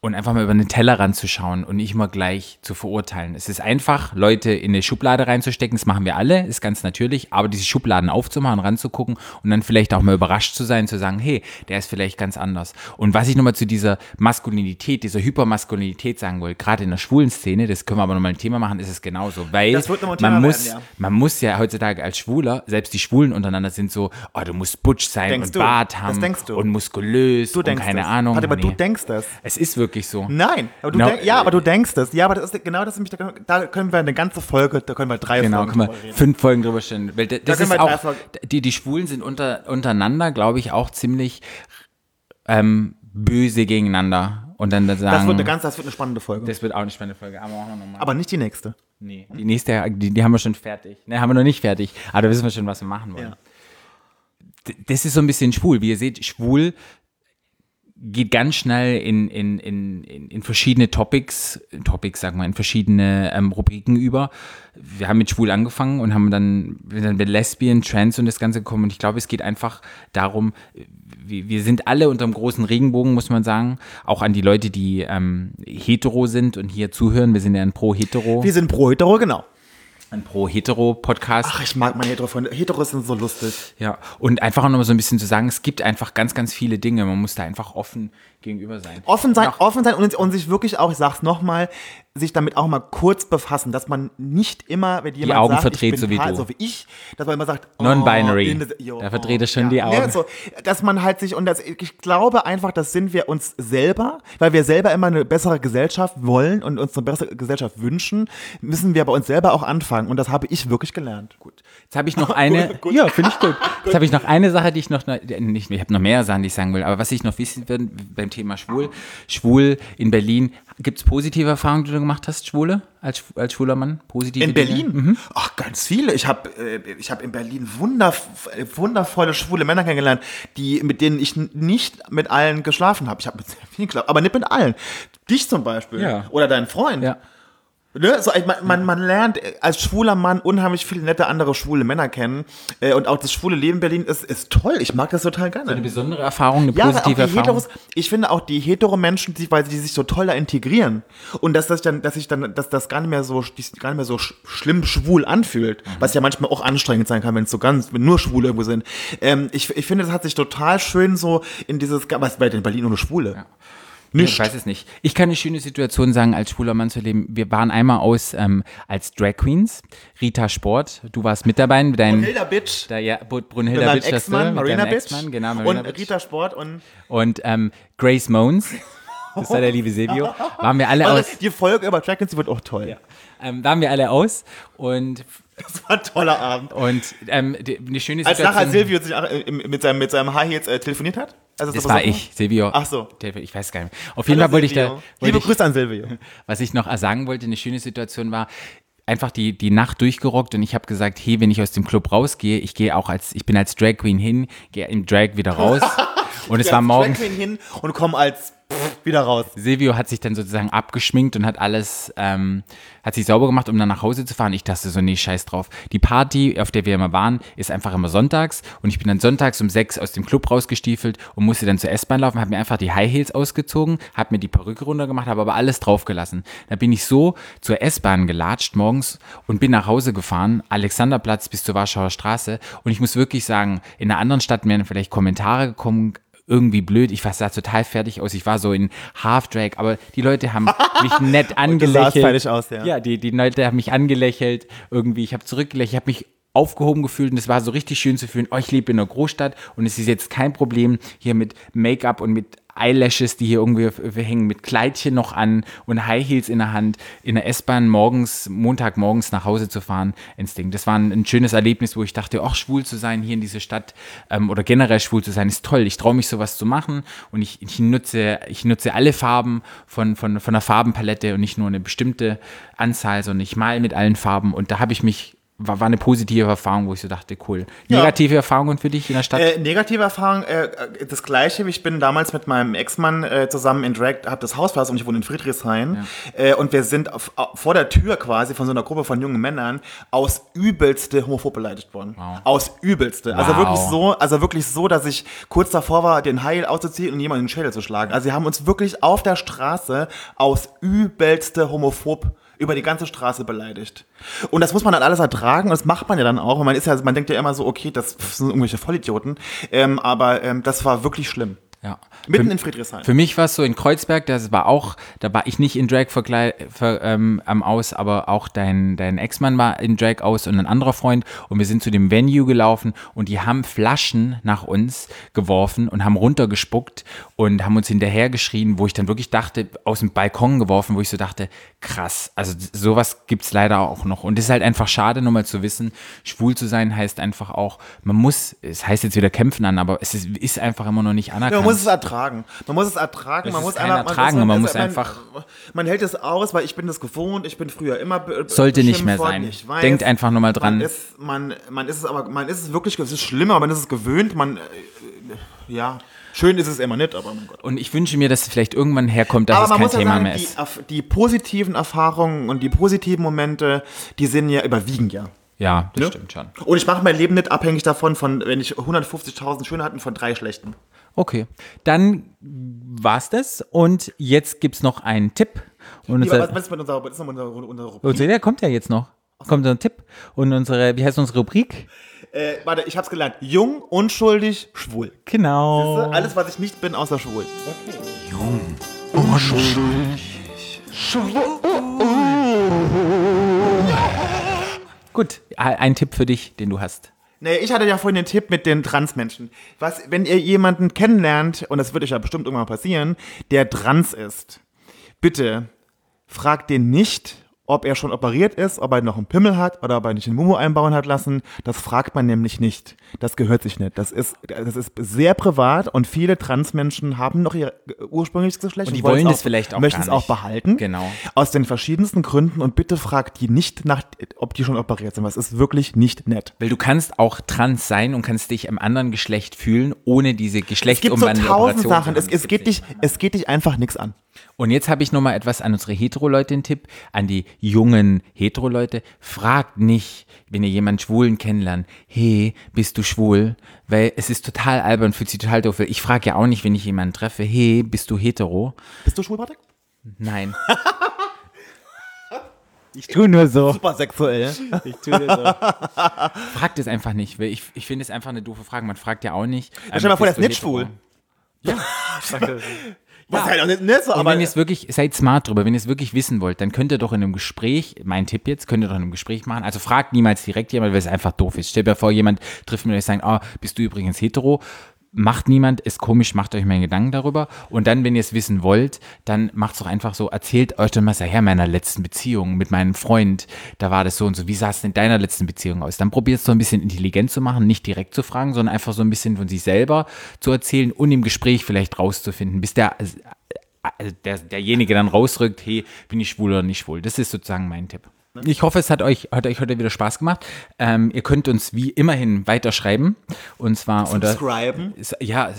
und einfach mal über den Teller ranzuschauen und nicht immer gleich zu verurteilen. Es ist einfach, Leute in eine Schublade reinzustecken, das machen wir alle, ist ganz natürlich, aber diese Schubladen aufzumachen, ranzugucken und dann vielleicht auch mal überrascht zu sein, zu sagen, hey, der ist vielleicht ganz anders. Und was ich nochmal zu dieser Maskulinität, dieser Hypermaskulinität sagen will, gerade in der schwulen Szene, das können wir aber nochmal ein Thema machen, ist es genauso, weil
Das wird nochmal ein
man,
Thema
muss,
werden, ja.
man muss ja heutzutage als Schwuler, selbst die Schwulen untereinander sind so, oh, du musst butsch sein
Denkst
und
du?
Bart
Das
haben
denkst du.
und muskulös
Du
und
denkst
keine
das.
Ahnung.
Warte, aber du
Nee.
denkst Hm? das.
Es ist wirklich so.
Nein, aber du
No.
denk, ja, aber du denkst das. Ja, aber das ist genau das, nämlich, da können- da können wir eine ganze Folge, da können wir drei
Genau, guck
Folgen
mal,
drüber reden.
fünf Folgen drüber stehen. Weil da- das ist
können wir drei
auch,
Folgen-
die, die Schwulen sind unter, untereinander, glaube ich, auch ziemlich ähm, böse gegeneinander. Und dann sagen,
Das wird, eine ganz, das wird eine spannende Folge.
das wird auch eine spannende Folge, aber machen wir nochmal.
aber nicht die nächste.
Nee, die nächste, die, die haben wir schon fertig. Ne, haben wir noch nicht fertig. Aber da wissen wir schon, was wir machen wollen.
Ja.
D- Das ist so ein bisschen schwul. Wie ihr seht, schwul geht ganz schnell in, in, in, in in verschiedene Topics, Topics sagen wir, in verschiedene ähm, Rubriken über. Wir haben mit schwul angefangen und haben dann, wir sind dann mit Lesbian, Trans und das Ganze gekommen. Und ich glaube, es geht einfach darum, wir, wir sind alle unter dem großen Regenbogen, muss man sagen. Auch an die Leute, die ähm, hetero sind und hier zuhören. Wir sind ja ein Pro-Hetero
Wir sind pro Hetero, genau.
ein Pro-Hetero-Podcast.
Ach, ich mag meine Hetero-Freunde. Heteros sind so lustig.
Ja. Und einfach auch nochmal so ein bisschen zu sagen, es gibt einfach ganz, ganz viele Dinge. Man muss da einfach offen gegenüber sein.
Offen sein,
Nach-
offen sein und, und sich wirklich auch, ich sag's nochmal, sich damit auch mal kurz befassen, dass man nicht immer, wenn jemand
Augen
sagt,
verdreht,
ich
so
bin
wie
pa-
du.
so wie ich, dass man immer sagt, oh,
Non-binary.
in the- yo,
Da verdreht er schon die
Ja,
Augen.
so, dass man halt sich und das, ich glaube einfach, das sind wir uns selber, weil wir selber immer eine bessere Gesellschaft wollen und uns eine bessere Gesellschaft wünschen, müssen wir bei uns selber auch anfangen und das habe ich wirklich gelernt. Gut.
Jetzt habe ich noch eine. ja, finde ich gut. Jetzt habe ich noch eine Sache, die ich noch. äh, Nicht, ich habe noch mehrere Sachen, die ich sagen will. Aber was ich noch wissen will beim Thema Schwul. Schwul in Berlin. Gibt es positive Erfahrungen, die du gemacht hast, Schwule? Als, schw- als schwuler Mann? Positive
In
Dinge?
Berlin? Ach, ganz viele. Ich habe äh, ich hab in Berlin wunderv äh, wundervolle schwule Männer kennengelernt, die, mit denen ich n- nicht mit allen geschlafen habe. Ich habe mit sehr vielen geschlafen, aber nicht mit allen. Dich zum Beispiel.
Ja.
Oder deinen Freund.
Ja.
Ne? So, ich, man, man, man lernt äh, als schwuler Mann unheimlich viele nette andere schwule Männer kennen. Äh, und auch das schwule Leben in Berlin ist, ist toll. Ich mag das total gerne.
Eine besondere Erfahrung, eine
Ja, weil auch die
positive Erfahrung.
Heteros, ich finde auch die hetero Menschen, die, weil sie sich so toll da integrieren und dass das dann, dass ich dann, dass das gar nicht mehr so, dies gar nicht mehr so sch schlimm schwul
Mhm.
anfühlt, was ja manchmal auch anstrengend sein kann, wenn es so ganz, wenn nur Schwule irgendwo sind. Ähm, ich, ich finde, das hat sich total schön so in dieses, was bei den Berlin ohne Schwule.
Ich weiß es nicht. Ich kann eine schöne Situation sagen, als schwuler Mann zu leben. Wir waren einmal aus ähm, als Drag Queens, Rita Sport. Du warst mit dabei mit deinem
Hilda Bitch.
da, ja, Bu-
Mit
Brunhilda
meinem
Bitch, das du,
Ex-Mann,
mit
Marina
deinem
Bitch.
Ex-Mann, genau, Marina
und
Bitch.
Rita Sport und
Und ähm, Grace Moans, das war der liebe Sebio, waren wir alle
also,
aus.
die Folge über Dragons, die wird auch toll.
Ähm, waren wir alle aus und,
Das war ein toller Abend.
und ähm, die, eine schöne
Als
Situation.
nachher Silvio sich nach, äh, mit seinem, mit seinem High Heels äh, telefoniert hat? Also,
das
was
war
auch immer?
ich, Silvio.
Ach so. Also
Der- Ich weiß gar nicht. Auf jeden Fall wollte ich da.
Silvio.
Wollte
Liebe
ich,
Grüße an Silvio.
Was ich noch sagen wollte, eine schöne Situation war, einfach die, die Nacht durchgerockt und ich habe gesagt, hey, wenn ich aus dem Club rausgehe, ich gehe auch als, ich bin als Drag Queen hin, gehe im Drag wieder raus. Und es
Wir
war
haben
morgens,
Drag Queen hin und kommen als pff, wieder raus.
Silvio hat sich dann sozusagen abgeschminkt und hat alles, ähm, hat sich sauber gemacht, um dann nach Hause zu fahren. Ich dachte so, nee, scheiß drauf. Die Party, auf der wir immer waren, ist einfach immer sonntags und ich bin dann sonntags um sechs aus dem Club rausgestiefelt und musste dann zur S-Bahn laufen, habe mir einfach die High Heels ausgezogen, habe mir die Perücke runtergemacht, habe aber alles draufgelassen. Da bin ich so zur S-Bahn gelatscht morgens und bin nach Hause gefahren, Alexanderplatz bis zur Warschauer Straße und ich muss wirklich sagen, in einer anderen Stadt wären vielleicht Kommentare gekommen, irgendwie blöd. Ich war- sah total fertig aus. Ich war so in Half-Drag, aber die Leute haben mich nett angelächelt.
sahst fertig aus, ja.
Ja, die, die Leute haben mich angelächelt. Irgendwie, ich habe zurückgelächelt, ich habe mich aufgehoben gefühlt und es war so richtig schön zu fühlen, oh, ich lebe in einer Großstadt und es ist jetzt kein Problem hier mit Make-up und mit Eyelashes, die hier irgendwie auf- wir hängen, mit Kleidchen noch an und High Heels in der Hand, in der S-Bahn morgens, Montagmorgens nach Hause zu fahren, ins Ding. Das war ein, ein schönes Erlebnis, wo ich dachte, ach, schwul zu sein hier in dieser Stadt ähm, oder generell schwul zu sein, ist toll. Ich traue mich sowas zu machen und ich, ich, nutze, ich nutze alle Farben von, von, von der Farbenpalette und nicht nur eine bestimmte Anzahl, sondern ich mal mit allen Farben und da habe ich mich, war, war eine positive Erfahrung, wo ich so dachte, cool.
Ja.
Negative Erfahrungen für dich in der Stadt?
Äh, negative Erfahrung, äh, äh, das gleiche. Ich bin damals mit meinem Ex-Mann äh, zusammen in Drag, hab das Haus verlassen und ich wohne in Friedrichshain. Äh, und wir sind auf, au- vor der Tür quasi von so einer Gruppe von jungen Männern aus übelste homophob beleidigt worden. Aus übelste. Also
Wow.
wirklich so, also wirklich so, dass ich kurz davor war, den Heil auszuziehen und jemanden in den Schädel zu schlagen. Also sie haben uns wirklich auf der Straße aus übelste homophob über die ganze Straße beleidigt. Und das muss man dann alles ertragen und das macht man ja dann auch. Und man ist ja, man denkt ja immer so, okay, das sind irgendwelche Vollidioten. Ähm, aber ähm, das war wirklich schlimm.
ja.
Mitten
Für-
in Friedrichshain.
Für mich war es so in Kreuzberg, das war auch, da war ich nicht in Drag verklei- ver, ähm, am aus, aber auch dein, dein Ex-Mann war in Drag aus und ein anderer Freund und wir sind zu dem Venue gelaufen und die haben Flaschen nach uns geworfen und haben runtergespuckt und haben uns hinterher geschrien, wo ich dann wirklich dachte, aus dem Balkon geworfen, wo ich so dachte, krass, also sowas gibt's leider auch noch und es ist halt einfach schade, nur mal zu wissen, schwul zu sein heißt einfach auch, man muss, es heißt jetzt wieder kämpfen an, aber es ist, ist einfach immer noch nicht
Ja,
anerkannt.
man muss es ertragen. Man muss es ertragen.
Es
man
ist
muss
kein
einfach-
Ertragen,
ist-
man
ist-
muss einfach-
Man hält es aus, weil ich bin das gewohnt. Ich bin früher immer. be-
Sollte nicht
beschimpft
mehr
worden,
sein.
ich weiß.
Denkt einfach nochmal dran.
Man ist, man, man ist es aber, man ist es wirklich, es ist schlimmer, man ist es gewöhnt, man, äh, ja, schön ist es immer nicht, aber mein Gott.
Und ich wünsche mir, dass es vielleicht irgendwann herkommt, dass
aber
es
man
kein
muss ja
Thema
sagen,
mehr
die,
ist.
Erf- die positiven Erfahrungen und die positiven Momente, die sind ja, überwiegen ja.
Ja,
Ne?
das stimmt schon.
Und ich mache mein Leben nicht abhängig davon, von, wenn ich 150.000 schöne hatten, von drei schlechten.
Okay, dann war's das. Und jetzt gibt's noch einen Tipp. Und
Lieber, was,
unser,
was ist mit unserer, was ist mit unserer, unserer Rubrik?
unser, der kommt ja jetzt noch. Kommt so ein Tipp. Und unsere, wie heißt unsere Rubrik?
Äh, warte, ich hab's gelernt. Jung, unschuldig, schwul.
Genau.
Siehste? Alles, was ich nicht bin, außer schwul.
Gut, ein ein Tipp für dich, den du hast.
Naja, ich hatte ja vorhin den Tipp mit den Transmenschen. Was, wenn ihr jemanden kennenlernt, und das wird euch ja bestimmt irgendwann passieren, der trans ist, bitte fragt den nicht, ob er schon operiert ist, ob er noch einen Pimmel hat oder ob er nicht einen Mumu einbauen hat lassen. Das fragt man nämlich nicht. Das gehört sich nicht. Das ist, das ist sehr privat und viele Transmenschen haben noch ihr ursprüngliches Geschlecht.
Und die
es
wollen das vielleicht auch
Möchten
gar
es auch
nicht.
behalten.
Genau.
Aus den verschiedensten Gründen. Und bitte fragt die nicht nach, ob die schon operiert sind. weil es ist wirklich nicht nett.
Weil du kannst auch trans sein und kannst dich im anderen Geschlecht fühlen, ohne diese Geschlechtsumwandlung.
Es gibt so tausend Sachen. Es, es, geht dich, es geht dich einfach nichts an.
Und jetzt habe ich noch mal etwas an unsere Hetero-Leute den Tipp, an die jungen Hetero-Leute. Fragt nicht, wenn ihr jemanden Schwulen kennenlernt, hey, bist du schwul? Weil es ist total albern, fühlt sich total doof. Ich frage ja auch nicht, wenn ich jemanden treffe, hey, bist du hetero?
Bist du schwul, Patrick?
Nein. ich tue nur so.
Super sexuell.
Fragt es einfach nicht, weil ich, ich finde es einfach eine doofe Frage. Man fragt ja auch nicht.
stell dir mal vor, der
bist
ist
du
nicht
hetero?
schwul.
Ja.
Was halt auch nicht, ne, so,
Und
aber
wenn ihr es wirklich, seid smart drüber, wenn ihr es wirklich wissen wollt, dann könnt ihr doch in einem Gespräch, mein Tipp jetzt, könnt ihr doch in einem Gespräch machen. Also fragt niemals direkt jemand, weil es einfach doof ist. Stellt mir vor, jemand trifft mir und sagt, oh, bist du übrigens hetero? Macht niemand, ist komisch, macht euch mal Gedanken darüber. Und dann, wenn ihr es wissen wollt, dann macht es doch einfach so, erzählt euch dann mal, ja, meiner letzten Beziehung mit meinem Freund, da war das so und so. Wie sah es in deiner letzten Beziehung aus? Dann probiert es so ein bisschen intelligent zu machen, nicht direkt zu fragen, sondern einfach so ein bisschen von sich selber zu erzählen und im Gespräch vielleicht rauszufinden, bis der also der, derjenige dann rausrückt, hey, bin ich schwul oder nicht schwul. Das ist sozusagen mein Tipp. Ich hoffe, es hat euch, hat euch heute wieder Spaß gemacht. Ähm, ihr könnt uns wie immerhin weiterschreiben. Und zwar unter
subscriben.
S- ja,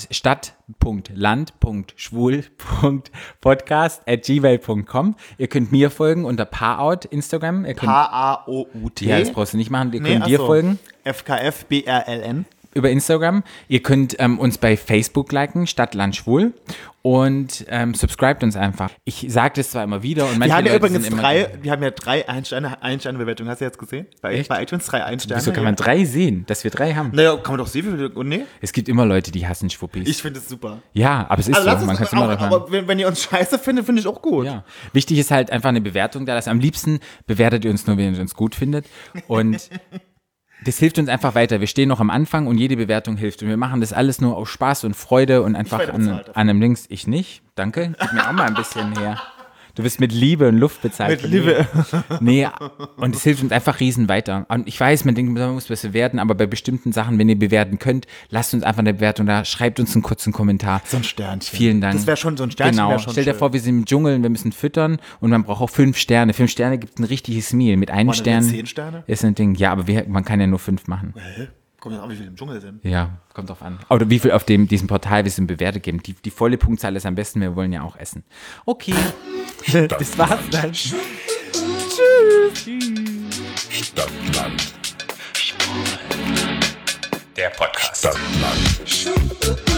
stadt.land.schwul.podcast at gmail.com. Ihr könnt mir folgen unter Paarout Instagram. Ihr könnt,
H-A-O-U-T.
ja, das brauchst du nicht machen. Ihr
Nee,
könnt dir
ach so.
folgen
FKF-BRLN.
über Instagram. Ihr könnt ähm, uns bei Facebook liken, Stadtland Schwul. Und ähm, subscribt uns einfach. Ich sage das zwar immer wieder und manche
Wir haben ja
Leute
übrigens
sind immer
drei, wir haben ja drei Einsteine, Einsteine-Bewertungen. Hast du jetzt gesehen? Bei,
Echt?
bei iTunes drei Einsteine.
Wieso kann man drei sehen, dass wir drei haben?
Naja, kann man doch sehen, wie viele. Oh, nee.
Es gibt immer Leute, die hassen Schwuppis.
Ich finde es super.
ja, aber es ist
Also lass
so, man
uns
kann es immer
auch,
drauf haben.
aber wenn, wenn ihr uns scheiße findet, finde ich auch gut.
Ja. Wichtig ist halt einfach eine Bewertung da. Das am liebsten bewertet ihr uns nur, wenn ihr uns gut findet. Und das hilft uns einfach weiter. Wir stehen noch am Anfang und jede Bewertung hilft. Und wir machen das alles nur aus Spaß und Freude und einfach
werde
an,
bezahlt
an einem Links. Ich nicht. Danke. Gib mir auch mal ein bisschen her. Du wirst mit Liebe und Luft bezahlt. von
Mit
mir.
Liebe.
Nee, und es hilft uns einfach riesen weiter. Und ich weiß, man denkt, man muss besser werden, aber bei bestimmten Sachen, wenn ihr bewerten könnt, lasst uns einfach eine Bewertung da, schreibt uns einen kurzen Kommentar.
So ein Sternchen.
Vielen Dank.
Das wäre schon so ein Sternchen.
Genau.
wär Schon
Stell dir
schön.
vor, wir sind im Dschungel und wir müssen füttern und man braucht auch fünf Sterne. Fünf Sterne gibt ein richtiges Meal. Mit einem
Waren das
Stern
jetzt zehn Sterne?
ist ein Ding. Ja, aber wir, man kann ja nur fünf machen.
Hä? Guck mal, wie viele im Dschungel sind.
Ja, kommt drauf an. Oder wie viel auf dem, diesem Portal wir sind bewertet geben. Die, die volle Punktzahl ist am besten. Wir wollen ja auch essen. Okay. das war's dann.
Stadtland. Der Podcast. Stadtland.